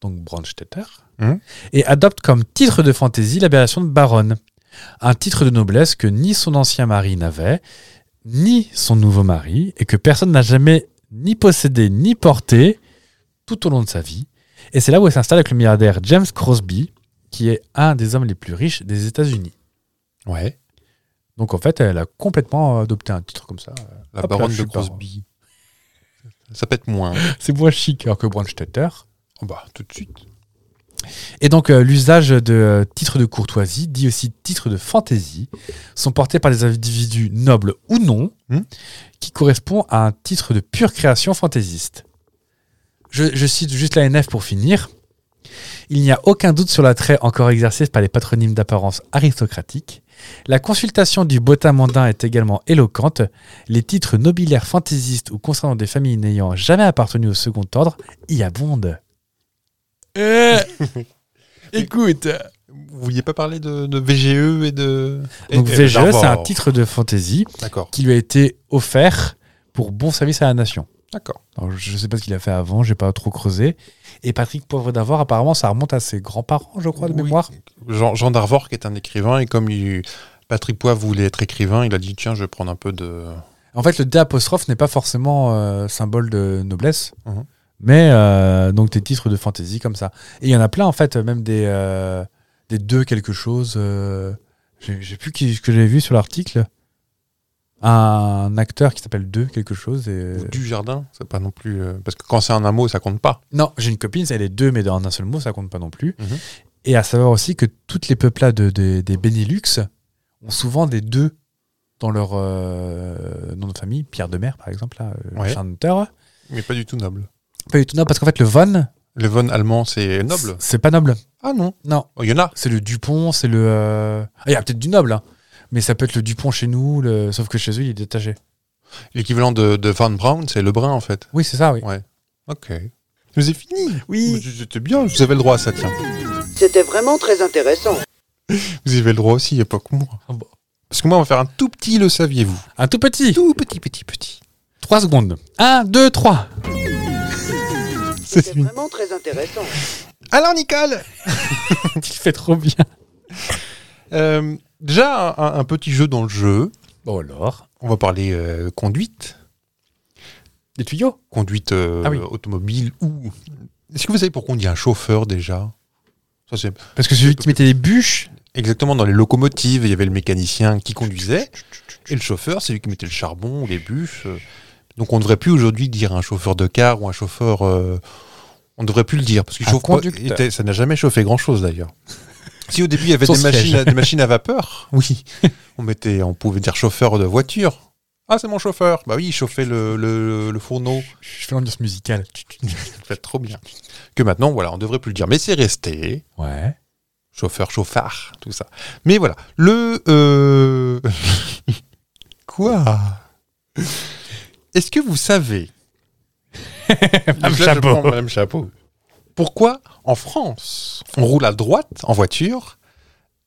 donc Brandstetter,
Mhm.
et adopte comme titre de fantaisie l'appellation de baronne. Un titre de noblesse que ni son ancien mari n'avait, ni son nouveau mari, et que personne n'a jamais ni possédé ni porté tout au long de sa vie. Et c'est là où elle s'installe avec le milliardaire James Crosby, qui est un des hommes les plus riches des États-Unis.
Ouais.
Donc en fait, elle a complètement adopté un titre comme ça.
La
Hop là,
baronne
je
de
suis baron.
Crosby. Ça pète moins.
*laughs* C'est moins chic alors que Brandstetter,
Oh bah, tout de suite.
Et donc, euh, l'usage de euh, titres de courtoisie, dit aussi titres de fantaisie, sont portés par des individus nobles ou non,
Hmm.
qui correspond à un titre de pure création fantaisiste. Je, je cite juste l'ANF pour finir. Il n'y a aucun doute sur l'attrait encore exercé par les patronymes d'apparence aristocratique. La consultation du botin mondain est également éloquente. Les titres nobiliaires fantaisistes ou concernant des familles n'ayant jamais appartenu au second ordre y abondent. Écoute,
Vous vouliez pas parler de, de VGE et de. et-
Donc
et
VGE,
d'Arvor.
c'est un titre de fantasy
D'accord.
qui lui a été offert pour bon service à la nation.
D'accord.
Alors, je ne sais pas ce qu'il a fait avant, j'ai pas trop creusé. Et Patrick Poivre d'Avor, apparemment, ça remonte à ses grands-parents, je crois, de
Oui.
mémoire.
Jean, Jean d'Arvor, qui est un écrivain, et comme il- Patrick Poivre voulait être écrivain, il a dit tiens, je vais prendre un peu de.
En fait, le D apostrophe n'est pas forcément euh, symbole de noblesse,
Mhm.
mais euh, donc des titres de fantasy comme ça. Et il y en a plein, en fait, même des, euh, des deux quelque chose. euh, j'ai j'ai plus qui, ce que j'avais vu sur l'article. Un acteur qui s'appelle deux quelque chose. Et...
Ou Du jardin, c'est pas non plus. euh, parce que quand c'est en un mot, ça compte pas.
Non, j'ai une copine, elle est deux, mais en un seul mot, ça compte pas non plus.
Mhm.
Et à savoir aussi que toutes les peuplades de- des- des Benelux ont souvent des deux dans leur euh, nom de famille. Pierre de Mer, par exemple, là, euh,
Ouais.
Schanter.
Mais pas du tout noble.
Pas du tout noble, parce qu'en fait, le Von,
Le von allemand, c'est noble.
c'est- c'est pas noble.
Ah non.
Non,
Oh, Il y en a.
c'est le Dupont, c'est le. euh, ah, il y a peut-être du noble, hein. mais ça peut être le Dupont chez nous, le- sauf que chez eux, il est détaché.
L'équivalent de, de Van Brown, c'est le brun, en fait.
Oui, c'est ça, oui.
Ouais. Ok. Je vous ai fini. Mais
Oui.
C'était bien, vous avez le droit à ça, tiens.
C'était vraiment très intéressant.
Vous avez le droit aussi, il n'y a pas que moi.
Ah bon.
Parce que moi, on va faire un tout petit, le saviez-vous
Un tout petit.
Tout petit, petit, petit.
Trois secondes. Un, deux, trois. *laughs*
C'est
C'était vraiment très intéressant.
Alors, Nicole
Il fait trop bien.
euh, Déjà, un, un- un petit jeu dans le jeu.
Bon, alors.
On va parler euh, conduite.
Des tuyaux
Conduite euh,
Ah oui.
automobile ou. Est-ce que vous savez pourquoi on dit un chauffeur déjà Ça, c'est-
Parce que celui qui mettait des bûches,
Exactement, dans les locomotives, il y avait le mécanicien qui conduisait, et le chauffeur, c'est lui qui mettait le charbon ou les bûches. euh. Donc on ne devrait plus aujourd'hui dire un chauffeur de car ou un chauffeur... euh, on ne devrait plus le dire, parce qu'il
Un
chauffe pas-
conducteur.
était- ça n'a jamais chauffé
*laughs*
grand-chose d'ailleurs. Si au début il y avait
Son
des machines,
siège.
à, des machines à vapeur, oui, on, mettait, on pouvait dire chauffeur de voiture. Ah, c'est mon chauffeur. Bah oui, il chauffait le, le- le fourneau.
je fais l'ambiance musicale.
Faites trop bien. Que maintenant, voilà, on ne devrait plus le dire. Mais c'est resté
*laughs* Ouais.
chauffeur, chauffard, tout ça. Mais voilà, le... euh, *laughs* Quoi Est-ce que vous savez... *laughs* Madame
Chapeau.
Madame Chapeau. Pourquoi en France, on roule à droite en voiture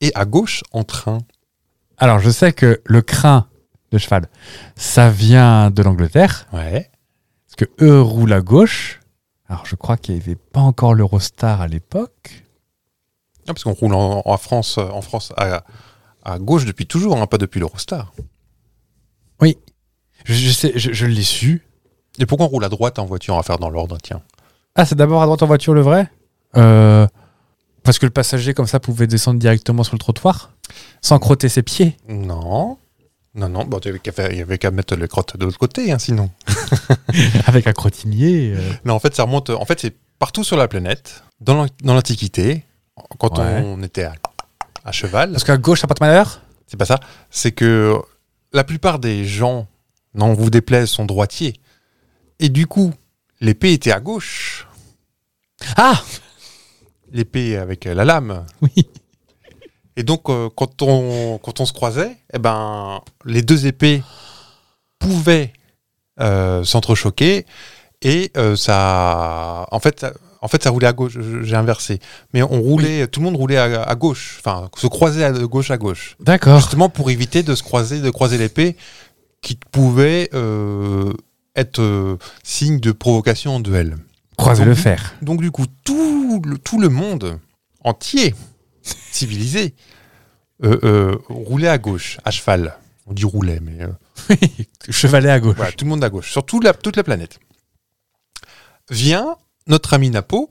et à gauche en train
Alors, je sais que le crin de cheval, ça vient de l'Angleterre,
Ouais.
parce que eux roulent à gauche. Alors, je crois qu'il n'y avait pas encore l'Eurostar à l'époque.
Ah, parce qu'on roule en, en France, en France à, à gauche depuis toujours, hein, pas depuis l'Eurostar.
Je, je sais, je, je l'ai su.
Et pourquoi on roule à droite en voiture à faire dans l'ordre Tiens.
Ah, c'est d'abord à droite en voiture le vrai Euh, Parce que le passager comme ça pouvait descendre directement sur le trottoir sans crotter ses pieds.
Non. Non, non, bon, il n'y avait qu'à faire- il y avait qu'à mettre les crottes de l'autre côté, hein, sinon.
*laughs* Avec un crottinier. euh.
Non, en fait, ça remonte. En fait, c'est partout sur la planète, dans l'an- dans l'Antiquité, quand
Ouais.
on était à, à cheval.
Parce qu'à gauche, ça porte malheur
C'est pas ça. C'est que la plupart des gens, non, vous déplaise, sont droitiers. Et du coup, l'épée était à gauche.
Ah
L'épée avec euh, la lame.
Oui.
Et donc, euh, quand, on, quand on se croisait, eh ben, les deux épées pouvaient euh, s'entrechoquer. Et euh, ça. En fait, ça- en fait, ça roulait à gauche. Je- J'ai inversé. Mais on roulait, tout le monde roulait à, à gauche. Enfin, se croisait à- de gauche à gauche
D'accord.
justement pour éviter de se croiser, de croiser l'épée qui pouvait euh, être euh, signe de provocation en duel.
Croisez le fer.
Donc du coup, tout le, tout le monde entier, civilisé, euh, euh, roulait à gauche, à cheval. On dit roulait, mais euh,
Chevalet à gauche.
voilà, tout le monde à gauche, sur toute la, toute la planète. Vient notre ami Napo,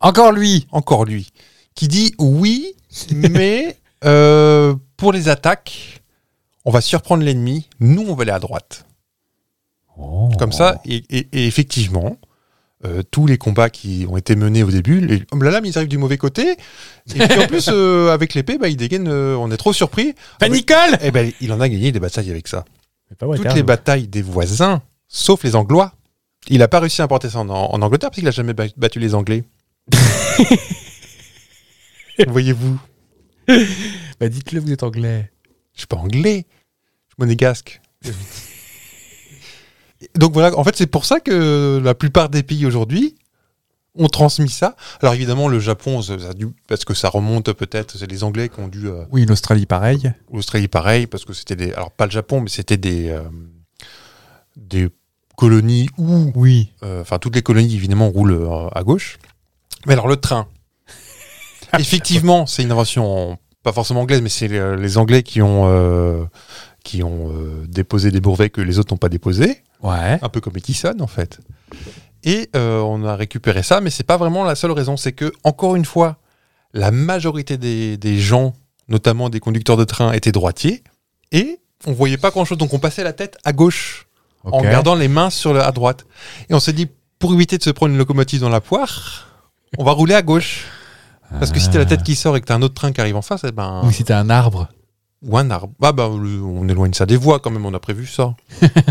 Encore lui
encore lui, qui dit *laughs* oui, mais euh, pour les attaques, on va surprendre l'ennemi, nous on va aller à droite. Comme ça, et, et- et effectivement, euh, tous les combats qui ont été menés au début, les, oh là là, mais ils arrivent du mauvais côté, et puis en *laughs* plus, euh, avec l'épée, bah, ils dégainent, euh, on est trop surpris,
Ah, Panicole
et ben il en a gagné des batailles avec ça. Toutes les
les battes.
batailles des voisins, sauf les Anglois, il n'a pas réussi à importer ça en, en Angleterre, parce qu'il n'a jamais ba- battu les Anglais. Voyez-vous
Bah, dites-le, vous êtes anglais.
Je suis pas anglais. Je suis monégasque. Donc voilà, en fait, c'est pour ça que la plupart des pays aujourd'hui ont transmis ça. Alors évidemment, le Japon, ça- ça a dû- parce que ça remonte peut-être, c'est les Anglais qui ont dû. euh,
Oui, l'Australie, pareil.
L'Australie, pareil, parce que c'était des. Alors pas le Japon, mais c'était des. euh, des colonies où.
Oui.
euh, Enfin, toutes les colonies, évidemment, roulent euh, à gauche. Mais alors, le train. Effectivement, c'est une invention pas forcément anglaise, mais c'est euh, les Anglais qui ont, euh, qui ont euh, déposé des brevets que les autres n'ont pas déposés,
Ouais.
un peu comme Edison en fait. Et euh, on a récupéré ça, mais c'est pas vraiment la seule raison. C'est que encore une fois, la majorité des, des gens, notamment des conducteurs de train, étaient droitiers et on voyait pas grand chose, donc on passait la tête à gauche en
Ok.
gardant les mains sur le- à droite. Et on s'est dit, pour éviter de se prendre une locomotive dans la poire, on va rouler à gauche. Parce que si t'as la tête qui sort et que t'as un autre train qui arrive en face, eh ben,
Ou si t'as un arbre. *laughs*
ou un arbre. Ah ben, le- on éloigne ça des voies quand même, on a prévu ça.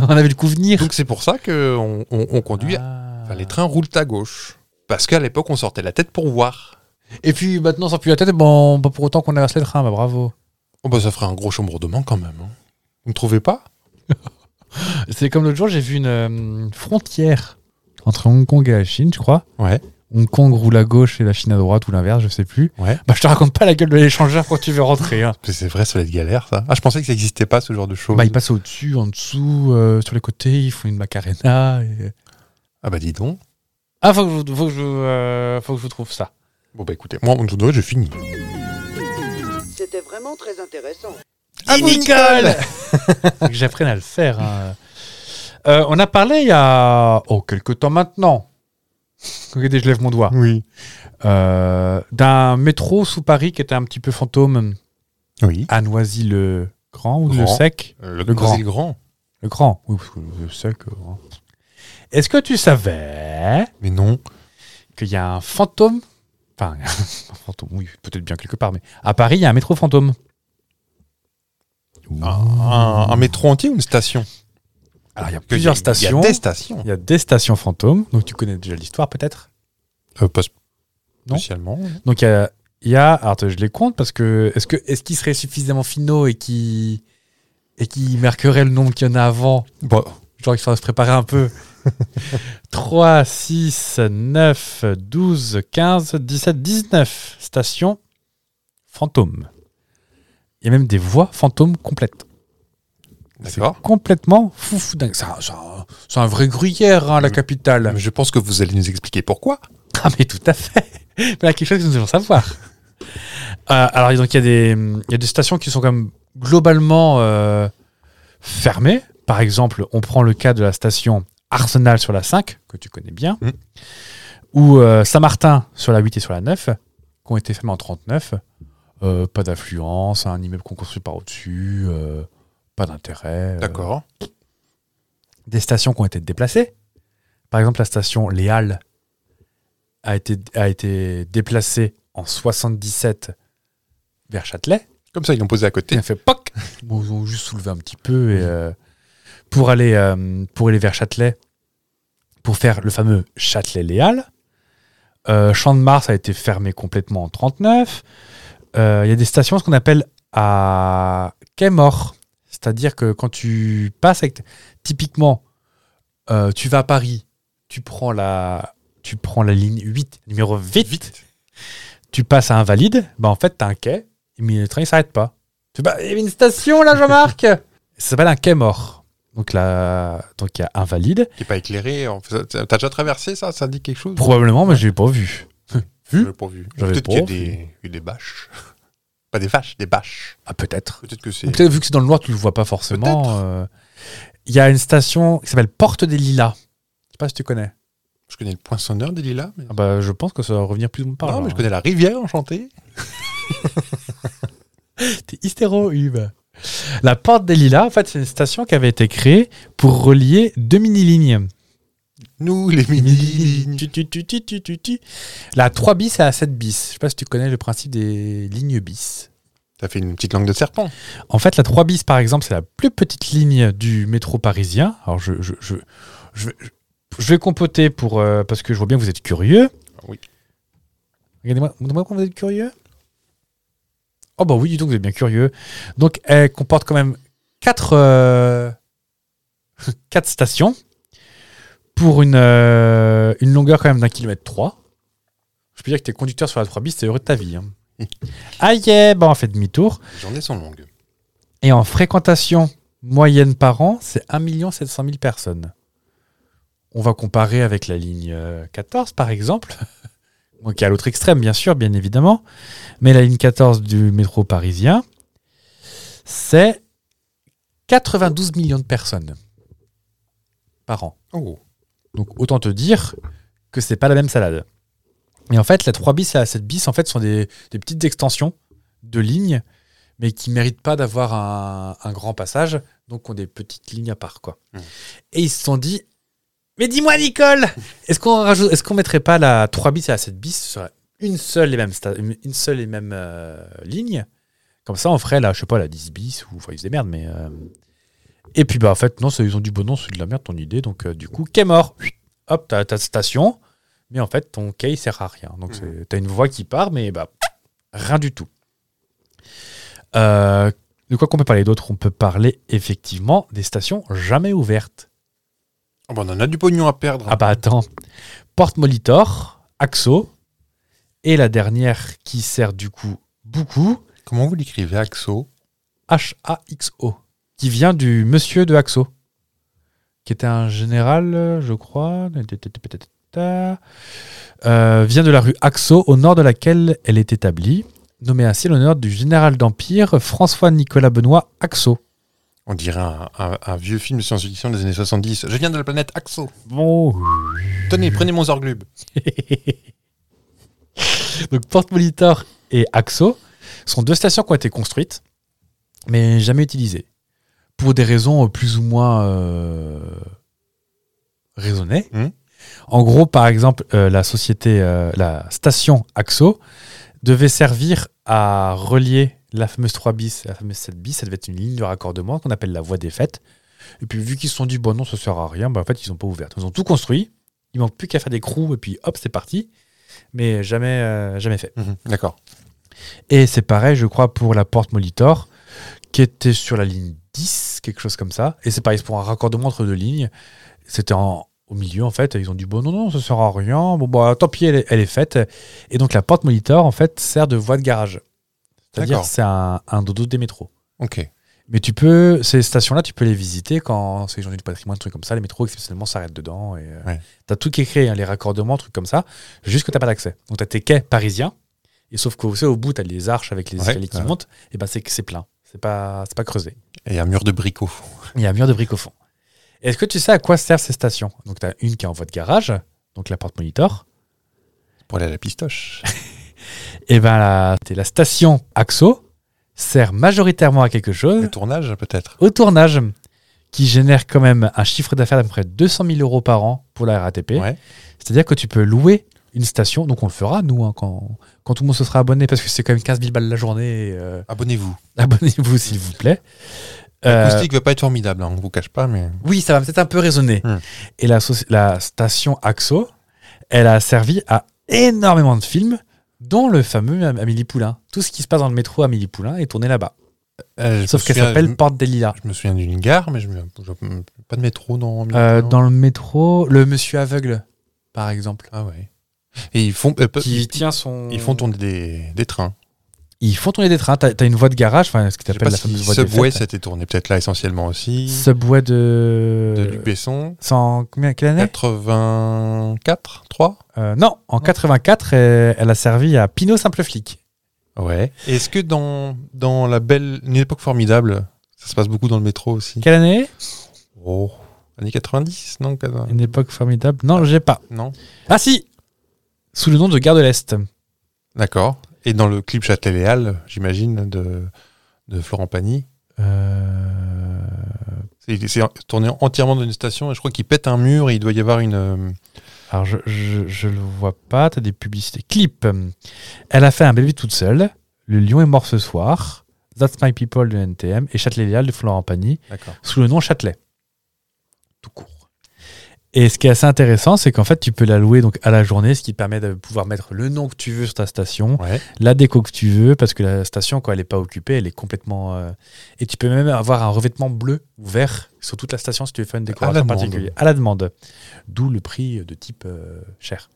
On avait le coup venir.
Donc c'est pour ça qu'on on, on conduit.
Ah.
enfin, les trains roulent à gauche. Parce qu'à l'époque, on sortait la tête pour voir.
Et puis maintenant, sans plus la tête, bon, pas pour autant qu'on inverse les trains, bah bravo.
Oh ben, ça ferait un gros chambordement quand même. hein. Vous ne trouvez pas
C'est comme l'autre jour, j'ai vu une euh, frontière entre Hong Kong et la Chine, je crois.
Ouais.
Hong Kong roule à gauche et la Chine à droite ou l'inverse, je sais plus.
Ouais.
Bah je te raconte pas la gueule de l'échangeur quand tu veux rentrer. hein.
Parce que C'est vrai, ça va être galère ça. Ah, je pensais que ça n'existait pas ce genre de choses.
Bah ils passent au-dessus, en dessous, euh, sur les côtés, ils font une macarena. et- euh,
ah bah dis donc.
Ah faut que je, faut que je, euh, faut que je vous trouve ça.
Bon bah écoutez, moi, on nous doit, je finis.
C'était vraiment très intéressant.
Ah Nicole *laughs* Faut que J'apprenne à le faire. hein. Euh, on a parlé il y a oh, quelques temps maintenant. Regardez, je lève mon doigt.
Oui.
Euh, D'un métro sous Paris qui était un petit peu fantôme
Oui.
à Noisy-le-Grand ou le
Grand.
Sec
Euh, Le,
grand.
grand. grand.
Le Grand. Oui, parce que le Sec. euh, hein. Est-ce que tu savais
Mais non.
qu'il y a un fantôme Enfin, *laughs* un fantôme, oui, peut-être bien quelque part, mais à Paris, il y a un métro fantôme.
Ah, Un, un métro entier ou une station
Alors, il y a
Parce que
plusieurs
il y a-
stations.
Il y a des stations.
Il y a des stations fantômes, donc tu connais déjà l'histoire peut-être.
Euh, pas sp-
Non.
spécialement.
Donc il y a, il y a- alors attends, je les compte parce que est-ce que est-ce qu'ils seraient suffisamment finaux et qui et qui marqueraient le nombre qu'il y en a avant,
Bon,
genre qu'ils sauraient se préparer un
*laughs*
peu. 3, 6, 9, 12, 15, 17, 19 stations fantômes. Il y a même des voies fantômes complètes. C'est
d'accord.
complètement fou, fou dingue. C'est un, c'est un- c'est un vrai gruyère, hein, la
Mm.
capitale. Euh, *laughs*
Mais je pense que vous allez nous expliquer pourquoi.
Ah mais tout à fait. Mais il y a quelque chose que nous allons savoir. Euh, alors, donc, il y, a des- il y a des stations qui sont quand même globalement euh, fermées. Par exemple, on prend le cas de la station Arsenal sur la 5, que tu connais bien,
Mhm.
ou euh, Saint-Martin sur la 8 et sur la 9, qui ont été fermées en 39. Euh, pas d'affluence, hein, un immeuble qu'on construit par au-dessus, euh, pas d'intérêt. euh,
D'accord.
des stations qui ont été déplacées. Par exemple, la station Les Halles a été, a été déplacée en 77 vers Châtelet.
Comme ça, ils l'ont posé à
Et
côté.
a fait POC Bon, Ils ont juste soulevé un petit peu et, euh, pour, aller, euh, pour aller vers Châtelet, pour faire le fameux Châtelet-Les Halles. Euh, Champ de Mars a été fermé complètement en 39. Euh, Il y a des stations, ce qu'on appelle à quai mort. C'est-à-dire que quand tu passes avec. Typiquement, euh, tu vas à Paris, tu prends la, tu prends la ligne 8, numéro 8, tu passes à Invalide, bah en fait, t'as un quai, mais le train, il s'arrête pas. Tu fais, bah, il y avait une station là, Jean-Marc *laughs* Ça s'appelle un quai mort. Donc là, donc il y a Invalide.
Qui n'est pas éclairé. en fait. T'as déjà traversé ça Ça dit quelque chose
Probablement, mais je l'ai pas vu.
Je
vu.
l'ai pas vu.
J'avais
Peut-être
pas
qu'il y a
vu.
des, il y a des bâches. *laughs* Pas des vaches, des bâches.
Ah, peut-être.
Peut-être que c'est.
Ou Peut-être vu que c'est dans le noir, tu le vois pas forcément.
Peut-être.
euh. Il y a une station qui s'appelle Porte des Lilas. Je sais pas si tu connais.
Je connais le poinçonneur des lilas. Mais...
Ah bah, je pense que ça va revenir plus ou moins par
non,
là,
mais je
hein.
connais la rivière enchantée.
T'es hystéro, Hugues. La Porte des Lilas, en fait, c'est une station qui avait été créée pour relier deux mini-lignes.
Nous, les
*laughs*
mini-lignes.
Tu, tu, tu, tu, tu, tu, tu. La 3 bis à la 7 bis. Je sais pas si tu connais le principe des lignes bis.
T'as fait une petite langue de serpent.
En fait, la 3 bis, par exemple, c'est la plus petite ligne du métro parisien. Alors, je, je, je, je, vais- je vais compoter pour, euh, parce que je vois bien que vous êtes curieux.
Oui.
Regardez-moi, montrez-moi quand vous êtes curieux. Oh, bah oui, dis donc, vous êtes bien curieux. Donc, elle comporte quand même 4, *laughs* stations pour une, euh, une longueur quand même d'un kilomètre 3. Je peux dire que t'es conducteur sur la 3 bis, t'es heureux de ta vie. hein. Aïe, bah on fait demi-tour.
J'en ai son longue.
Et en fréquentation moyenne par an, c'est 1 700 000 personnes. On va comparer avec la ligne euh, 14, par exemple, *laughs* Bon, qui est à l'autre extrême, bien sûr, bien évidemment. Mais la ligne 14 du métro parisien, c'est 92 millions de personnes par an.
Oh.
Donc autant te dire que c'est pas la même salade. Et en fait, la 3 bis et la 7 bis en fait sont des, des petites extensions de lignes, mais qui méritent pas d'avoir un, un grand passage, donc ont des petites lignes à part quoi.
Mhm.
Et ils se sont dit mais dis-moi Nicole, est-ce qu'on rajoute est-ce qu'on mettrait pas la 3 bis et la 7 bis sur une seule et même sta- une seule et même euh, ligne comme ça on ferait la je sais pas la 10 bis ou enfin ils se démerdent mais euh, et puis bah en fait non c'est- ils ont dit bon non c'est de la merde ton idée donc euh, du coup qu'est mort hop, t'as ta station, mais en fait, ton quai il sert à rien. Donc, c'est- t'as une voie qui part, mais bah, rien du tout. Euh, de quoi qu'on peut parler d'autre On peut parler effectivement des stations jamais ouvertes.
Ah bah, on en a du pognon à perdre.
Ah bah attends, Porte Molitor, Axo, et la dernière qui sert du coup beaucoup,
Comment vous l'écrivez, Axo
H-A-X-O, qui vient du monsieur de Axo, qui était un général, euh, je crois, euh, vient de la rue Axo, au nord de laquelle elle est établie, nommée ainsi en l'honneur du général d'Empire François-Nicolas Benoît Axo.
On dirait un, un- un vieux film de science-fiction des années 70. Je viens de la planète Axo.
Bon.
Tenez, prenez mon Zorglub.
*laughs* Donc Porte Molitor et Axo sont deux stations qui ont été construites, mais jamais utilisées. Pour des raisons euh, plus ou moins euh, raisonnées.
Mhm.
En gros, par exemple, euh, la société, euh, la station Axo devait servir à relier la fameuse 3 bis et la fameuse 7 bis. Ça devait être une ligne de raccordement qu'on appelle la voie des fêtes. Et puis, vu qu'ils se sont dit, bon, non, ça sert à rien, bah, en fait, ils n'ont pas ouvert. Ils ont tout construit. Il manque plus qu'à faire des crews et puis hop, c'est parti. Mais jamais, euh, jamais fait.
Mhm, D'accord.
Et c'est pareil, je crois, pour la porte Molitor, qui était sur la ligne 10, quelque chose comme ça. Et c'est pareil, c'est pour un raccordement entre deux lignes. C'était en- au milieu, en fait. Ils ont dit, bon, non, non, ça sert à rien. Bon, bah, tant pis, elle est, elle est faite. Et donc, la porte Molitor, en fait, sert de voie de garage. C'est-à-dire,
D'accord.
c'est un, un dodo des métros.
Ok.
Mais tu peux, ces stations-là, tu peux les visiter quand c'est les journées du patrimoine, trucs comme ça. Les métros, exceptionnellement, s'arrêtent dedans. Et, euh,
Ouais.
T'as tout qui est créé, hein, les raccordements, trucs comme ça, juste que t'as pas d'accès. Donc t'as tes quais parisiens Et sauf qu'au au bout, tu as les arches avec les
Ouais,
escaliers qui
ouais.
montent. Et ben c'est que c'est plein. C'est pas, c'est pas creusé.
Et un mur de bricots.
Il y a un mur de briques au fond. Est-ce que tu sais à quoi servent ces stations Donc, tu as une qui est en voie de garage, donc la porte monitor.
Pour aller à la
*laughs*
pistoche.
Et ben la, t'es la station AXO sert majoritairement à quelque chose,
Le tournage, peut-être.
au tournage, qui génère quand même un chiffre d'affaires d'à peu près 200 000 euros par an pour la RATP.
Ouais.
C'est-à-dire que tu peux louer une station, donc on le fera, nous, hein, quand, quand tout le monde se sera abonné, parce que c'est quand même 15 000 balles la journée. et, euh, *laughs*
Abonnez-vous.
Abonnez-vous, s'il vous plaît. Euh,
L'acoustique va pas être formidable, hein, on vous cache pas, mais.
Oui, ça va peut-être un peu résonner.
Hmm.
Et la, soci- la station AXO, elle a servi à énormément de films, dont le fameux Am- Amélie Poulain. Tout ce qui se passe dans le métro Amélie Poulain est tourné là-bas.
Euh, je
Sauf
me
qu'elle
souviens-
s'appelle Porte des Lilas.
Je me souviens d'une gare, mais je me... je- pas de métro dans.
Euh, dans le métro, le monsieur aveugle, par exemple,
Ah ouais. Et ils font, euh, peu-
qui tient son.
ils font tourner des, des trains.
Ils font tourner des trains. T'as t'as une voie de garage, enfin, ce que
Je sais
t'appelles
pas
la
si
fameuse voie de
Subway,
fête.
c'était tourné peut-être là essentiellement aussi.
Subway
De
de.
Luc Besson.
Sans combien quelle année
84, 3
Euh, Non, en 84, elle, elle a servi à Pinot Simple Flic.
Ouais. Et Est-ce que dans, dans la belle. Une époque formidable, ça se passe beaucoup dans le métro aussi
Quelle année
Oh. Années 90, non quatre-
Une époque formidable. Non, j'ai pas.
Non
Ah si Sous le nom de Gare de l'Est.
D'accord. Et dans le clip Châtelet-Léal, j'imagine, de, de Florent Pagny.
Euh,
C'est c'est tourné entièrement dans une station et je crois qu'il pète un mur et il doit y avoir une. euh,
Alors je, je, je le vois pas, t'as des publicités. Clip. Elle a fait un bébé toute seule. Le lion est mort ce soir. That's My People de NTM et Châtelet Léal de Florent Pagny
D'accord.
sous le nom Châtelet. Tout court. Et ce qui est assez intéressant, c'est qu'en fait, tu peux la louer donc à la journée, ce qui te permet de pouvoir mettre le nom que tu veux sur ta station,
Ouais.
la déco que tu veux, parce que la station, quand elle n'est pas occupée, elle est complètement. euh, Et tu peux même avoir un revêtement bleu ou vert sur toute la station si tu veux faire une décoration
demande.
particulière. À la demande. D'où le prix de type euh, cher.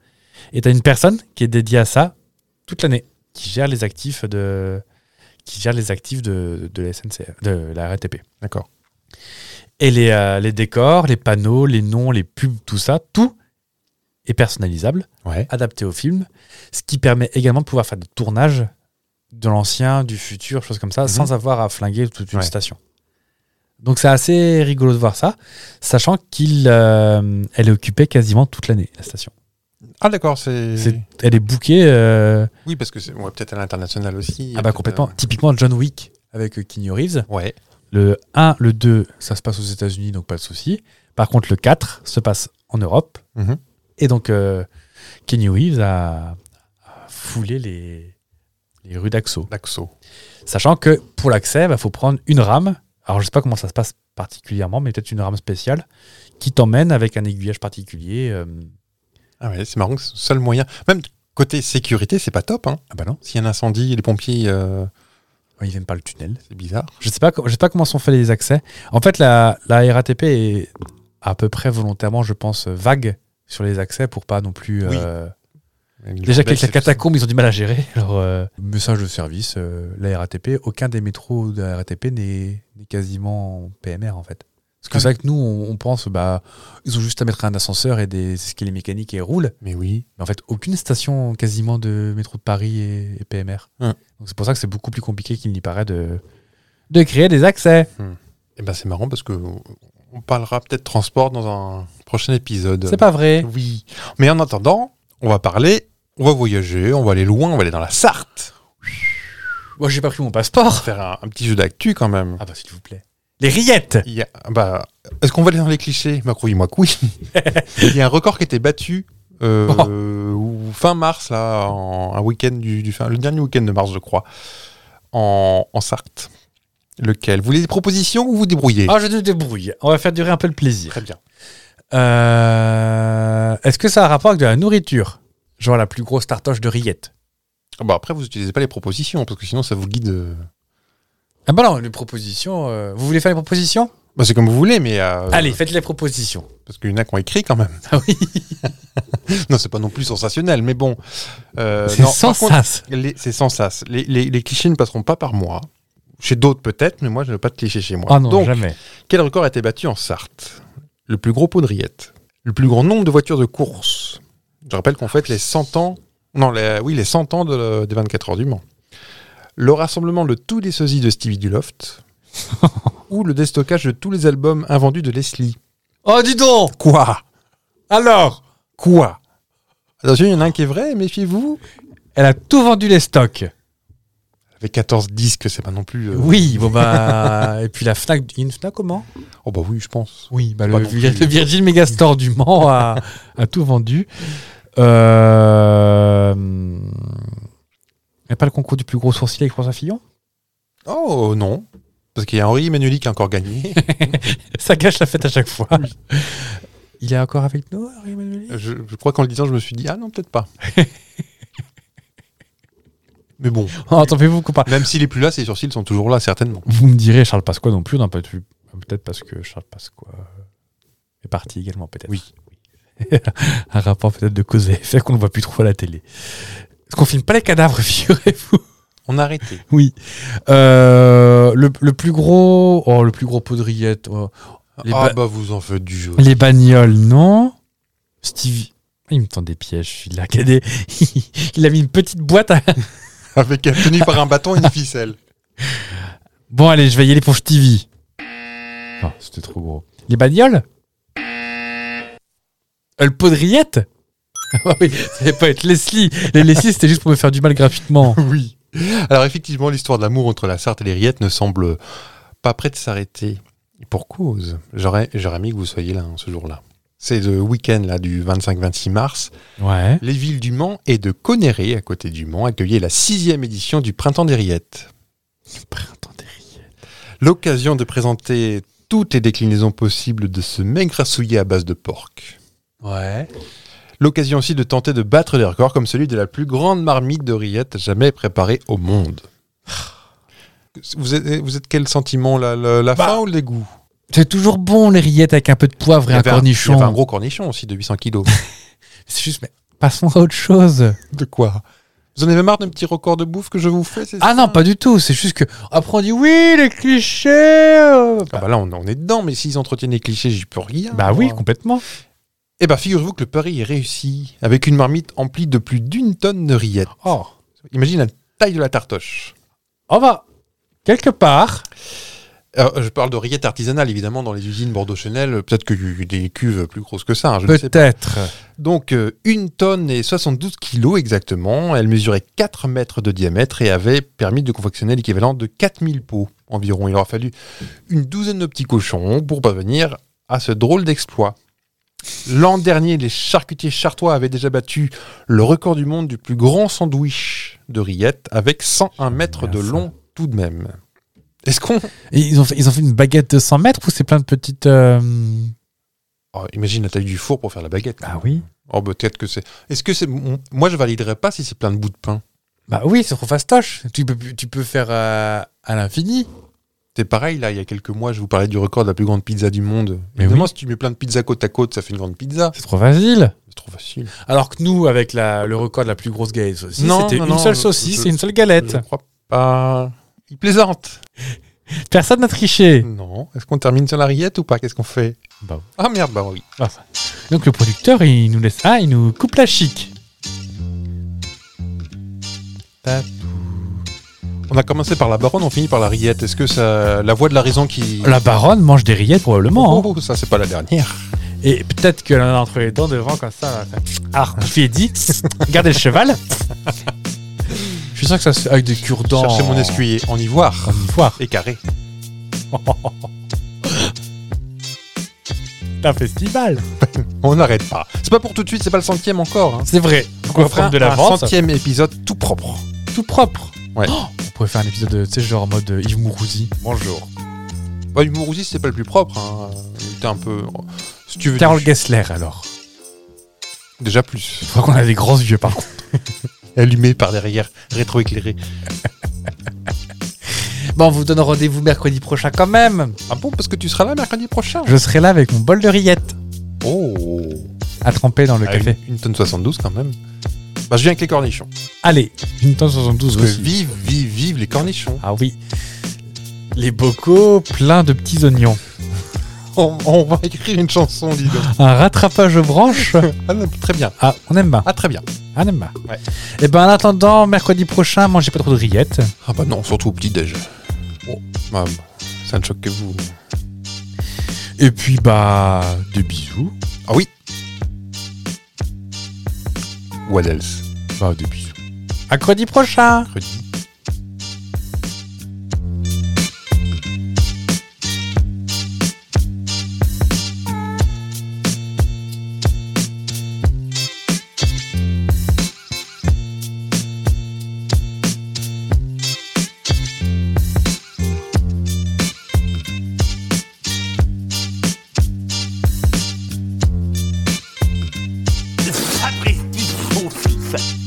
Et tu as une personne qui est dédiée à ça toute l'année, qui gère les actifs de qui gère les actifs de, de la SNCF, de la RATP.
D'accord.
Et les, euh, les décors, les panneaux, les noms, les pubs, tout ça, tout est personnalisable
Ouais.
adapté au film, ce qui permet également de pouvoir faire des tournages de l'ancien, du futur, choses comme ça, sans avoir à flinguer toute une
Ouais.
station. Donc c'est assez rigolo de voir ça, sachant qu'il, euh, elle est occupée quasiment toute l'année, la station.
Ah, d'accord, c'est.
C'est- elle est bookée, euh,
Oui, parce que c'est ouais, peut-être à l'international aussi.
ah bah complètement, typiquement John Wick avec euh, Keanu Reeves.
Euh, Ouais.
Le 1, le 2, ça se passe aux États-Unis, donc pas de souci. Par contre, le 4 se passe en Europe.
Mhm.
Et donc, euh, Keanu Reeves a, a foulé les, les rues d'Axo.
L'Axo.
Sachant que pour l'accès, il faut prendre une rame. Alors, je sais pas comment ça se passe particulièrement, mais peut-être une rame spéciale qui t'emmène avec un aiguillage particulier. euh,
Ah ouais, c'est marrant que c'est le seul moyen. Même côté sécurité, c'est pas top. Hein.
Ah bah non,
S'il y a un incendie, les pompiers, euh,
ils viennent par le tunnel.
c'est bizarre.
Je sais pas, co- je sais pas comment sont faits les accès. En fait, la, la RATP est à peu près volontairement, je pense, vague sur les accès pour pas non plus.
Oui.
euh,
Et du
Déjà
coup, là,
qu'avec la
c'est-
catacombe, ils ont du mal à gérer. Alors, euh, message de service, euh, la RATP, aucun des métros de la RATP n'est n'est quasiment en PMR en fait. Parce que
Ah.
c'est vrai que nous, on, on pense, bah, ils ont juste à mettre un ascenseur et des escaliers mécaniques et ils roulent.
Mais oui.
Mais en fait, aucune station quasiment de métro de Paris est, est PMR.
Hum.
Donc c'est pour ça que c'est beaucoup plus compliqué qu'il n'y paraît de, de créer des accès.
Et ben c'est marrant parce que on parlera peut-être transport dans un prochain épisode.
C'est pas vrai.
Oui. Mais en attendant, on va parler, on va voyager, on va aller loin, on va aller dans la Sarthe.
Moi, j'ai pas pris mon passeport.
Faire un, un petit jeu d'actu quand même.
Ah bah s'il vous plaît. Les rillettes
Il y a- bah, est-ce qu'on va aller dans les clichés Bah, croyez-moi que
*laughs*
oui. Il y a un record qui a été battu euh,
Oh.
ou- fin mars, là, en, un week-end du, du fin- le dernier week-end de mars, je crois, en, en Sarthe. Lequel Vous voulez des propositions ou vous débrouillez
Ah, je te débrouille. On va faire durer un peu le plaisir.
Très bien.
Euh, Est-ce que ça a rapport avec de la nourriture Genre la plus grosse tartoche de rillettes.
Ah bah, après, vous n'utilisez pas les propositions parce que sinon, ça vous guide. euh,
Ah bah non, les propositions. euh, Vous voulez faire les propositions
Bah, c'est comme vous voulez, mais euh,
Allez, faites les propositions.
parce qu'il y en a qui ont écrit quand même.
Ah oui,
*laughs* non, c'est pas non plus sensationnel, mais bon. Euh,
c'est
non, par
sans
contre,
sas.
les- C'est sans sas. Les, les- les clichés ne passeront pas par moi. Chez d'autres peut-être, mais moi je n'ai pas de clichés chez moi.
Ah non,
Donc,
jamais.
quel record a été battu en Sarthe Le plus gros pot de rillettes. Le plus grand nombre de voitures de course. Je rappelle qu'on fête les 100 ans Non, les- oui, les 100 ans de le- des 24 heures du Mans. Le rassemblement de tous les sosies de
*laughs*
Stevie Duloft. ou le déstockage de tous les albums invendus de Leslie.
Oh, dis donc
Quoi
Alors
Quoi Attention, il y en a un qui est vrai, méfiez-vous.
Elle a tout vendu les stocks.
Avec 14 disques, c'est pas non plus. euh,
Oui, bon bah. et puis la Fnac. il y a Une Fnac comment
Oh bah oui, je pense.
Oui, bah le,
Pas non
Vir-
plus.
le Virgin Megastore du Mans a, a tout vendu. Euh... Il n'y a pas le concours du plus gros sourcil avec François Fillon
Oh non. Parce qu'il y a Henri Emmanueli qui a
*laughs*
encore gagné.
Ça gâche la fête à chaque fois. Il est encore avec nous, Henri Emmanuel
je, je crois qu'en le disant, je me suis dit, ah non,
*laughs*
peut-être pas. Mais bon,
Oh, Entendez-vous qu'on parle
même s'il est plus là, ses sourcils sont toujours là, certainement.
Vous me direz Charles Pasqua non plus, non, peut-être peut-être parce que Charles Pasqua est parti également, peut-être.
Oui.
*laughs* Un rapport peut-être de cause à effet qu'on ne voit plus trop à la télé. Est-ce qu'on filme pas les cadavres, *laughs* figurez-vous
On a arrêté.
Oui. Euh, le, le plus gros. Oh, le plus gros pot de rillettes. oh. Les,
ah
ba-
bah vous en faites du jeu. *laughs*
les bagnoles, non. Stevie. Il me tend des *laughs* pièges, il a, regardez, il a mis une petite boîte à.
Avec un tenu par un bâton et
*laughs*
une ficelle.
Bon, allez, je vais y aller pour Stevie. Ah, c'était trop gros. Les bagnoles Euh, Le pot de rillettes *laughs* Ah oui, ça allait pas être Leslie. Les Leslie, c'était juste pour me faire du mal gratuitement.
oui. Alors effectivement, l'histoire de l'amour entre la Sarthe et les Riettes ne semble pas prête de s'arrêter. Et Pour cause. J'aurais j'aurais aimé que vous soyez là hein, ce jour-là. C'est le week-end là du 25-26 mars.
Ouais.
Les villes du Mans et de Conéré, à côté du Mans, accueillaient la sixième édition du Printemps des Rillettes.
Printemps des rillettes.
L'occasion de présenter toutes les déclinaisons possibles de ce maigre souillé à base de porc.
Ouais.
L'occasion aussi de tenter de battre des records comme celui de la plus grande marmite de rillettes jamais préparée au monde. Vous êtes, vous êtes quel sentiment La, la, la
Bah,
faim ou le dégoût
C'est toujours bon, les rillettes avec un peu de poivre et
Il y
un
avait
cornichon.
il y avait un gros cornichon aussi de 800
*laughs*
kilos.
C'est juste, mais passons à autre chose.
de quoi Vous en avez marre d'un petit record de bouffe que je vous fais c'est
Ah
ça
non, pas du tout. C'est juste que. Après, on dit oui, les clichés. euh,
Ah
Bah,
bah là, on, on est dedans, mais s'ils entretiennent les clichés, j'y peux rien.
bah oui,
moi.
complètement.
Eh ben, figurez-vous que le pari est réussi, avec une marmite emplie de plus d'une tonne de rillettes.
Oh.
Imagine la taille de la tartoche.
Oh bah, quelque part.
Euh, je parle de rillettes artisanales, évidemment, dans les usines Bordeaux-Chenel. Peut-être qu'il y a eu des cuves plus grosses que ça, hein, je ne sais pas.
Peut-être.
Donc, euh, une tonne et 72 kilos exactement. Elle mesurait 4 mètres de diamètre et avait permis de confectionner l'équivalent de 4000 pots environ. Il aura fallu une douzaine de petits cochons pour parvenir à ce drôle d'exploit. L'an dernier, les charcutiers chartois avaient déjà battu le record du monde du plus grand sandwich de rillettes avec 101 mètres de
bien ça.
long tout de même. Est-ce qu'on...
Et ils, ont fait, ils ont fait une baguette de 100 mètres ou c'est plein de petites. euh,
Oh, imagine la taille du four pour faire la baguette.
Ah oui
Oh, peut-être que c'est... Est-ce que c'est... Moi, je validerais pas si c'est plein de bouts de pain.
Bah oui, c'est trop fastoche. Tu peux, tu peux faire euh, à l'infini.
C'est pareil, là, il y a quelques mois, je vous parlais du record de la plus grande pizza du monde.
Mais
Évidemment, si tu mets plein de pizzas côte à côte, ça fait une grande pizza.
C'est trop facile.
C'est trop facile.
Alors que nous, avec la, le record de la plus grosse galette saucisse,
Non,
c'était
non,
une
non,
seule
je-
saucisse
je-
et une seule
Je
galette.
crois pas. Il plaisante.
Personne n'a triché.
Non. Est-ce qu'on termine sur la rillette ou pas Qu'est-ce qu'on fait
Bah oui.
Ah merde, bah oui.
Donc le producteur, il nous laisse. Ah, il nous coupe la chic.
On a commencé par la baronne, on finit par la rillette. Est-ce que ça. La voix de la raison qui.
La baronne hein. mange des rillettes probablement. hein.
Oh, ça, c'est pas la dernière.
Et peut-être qu'elle en a entre les dents devant comme ça. là. Ah, je lui ai *laughs* dit, gardez le cheval. Je suis sûr que ça se fait avec des cure-dents. Ah.
Cherchez mon escuyer en ivoire.
En ivoire.
Et carré.
C'est un festival.
On n'arrête pas. C'est pas pour tout de suite, c'est pas le centième encore. hein.
C'est vrai. Donc on va prendre de
un
l'avance.
centième épisode tout propre.
Tout propre.
Ouais.
Oh, on pourrait faire un épisode, de, tu sais, genre en mode euh, Yves Mourouzi.
Bonjour. Bah, l'humour aussi, c'était pas le plus propre. Hein. Il était un peu. Si tu veux.
Carl Gessler, alors.
Déjà plus.
Je crois qu'on a des grands yeux, par contre.
Allumé par derrière, rétroéclairé.
Bon, on vous donne rendez-vous mercredi prochain quand même.
Ah bon, parce que tu seras là mercredi prochain
Je serai là avec mon bol de rillettes
Oh
à tremper dans le
Ah,
café.
Une, une tonne 72 quand même. Bah, je viens avec les cornichons.
Allez, une tonne 72
Parce
aussi.
que vive, vive, vive les cornichons.
Ah oui. Les bocaux pleins de petits oignons.
On, on va écrire une chanson, dis donc.
Un rattrapage aux branches. *laughs*
Ah, non, très bien.
Ah, on aime bien.
Ah, très bien.
Anema.
Ouais.
Et ben en attendant, mercredi prochain, mangez pas trop de rillettes.
Ah bah non, surtout au petit-déj. Bon, bah, ça ne choque que vous.
Et puis bah, des bisous.
Ah oui What else
Bah, des bisous. Mercredi prochain
Mercredi.
Sapristi, son fils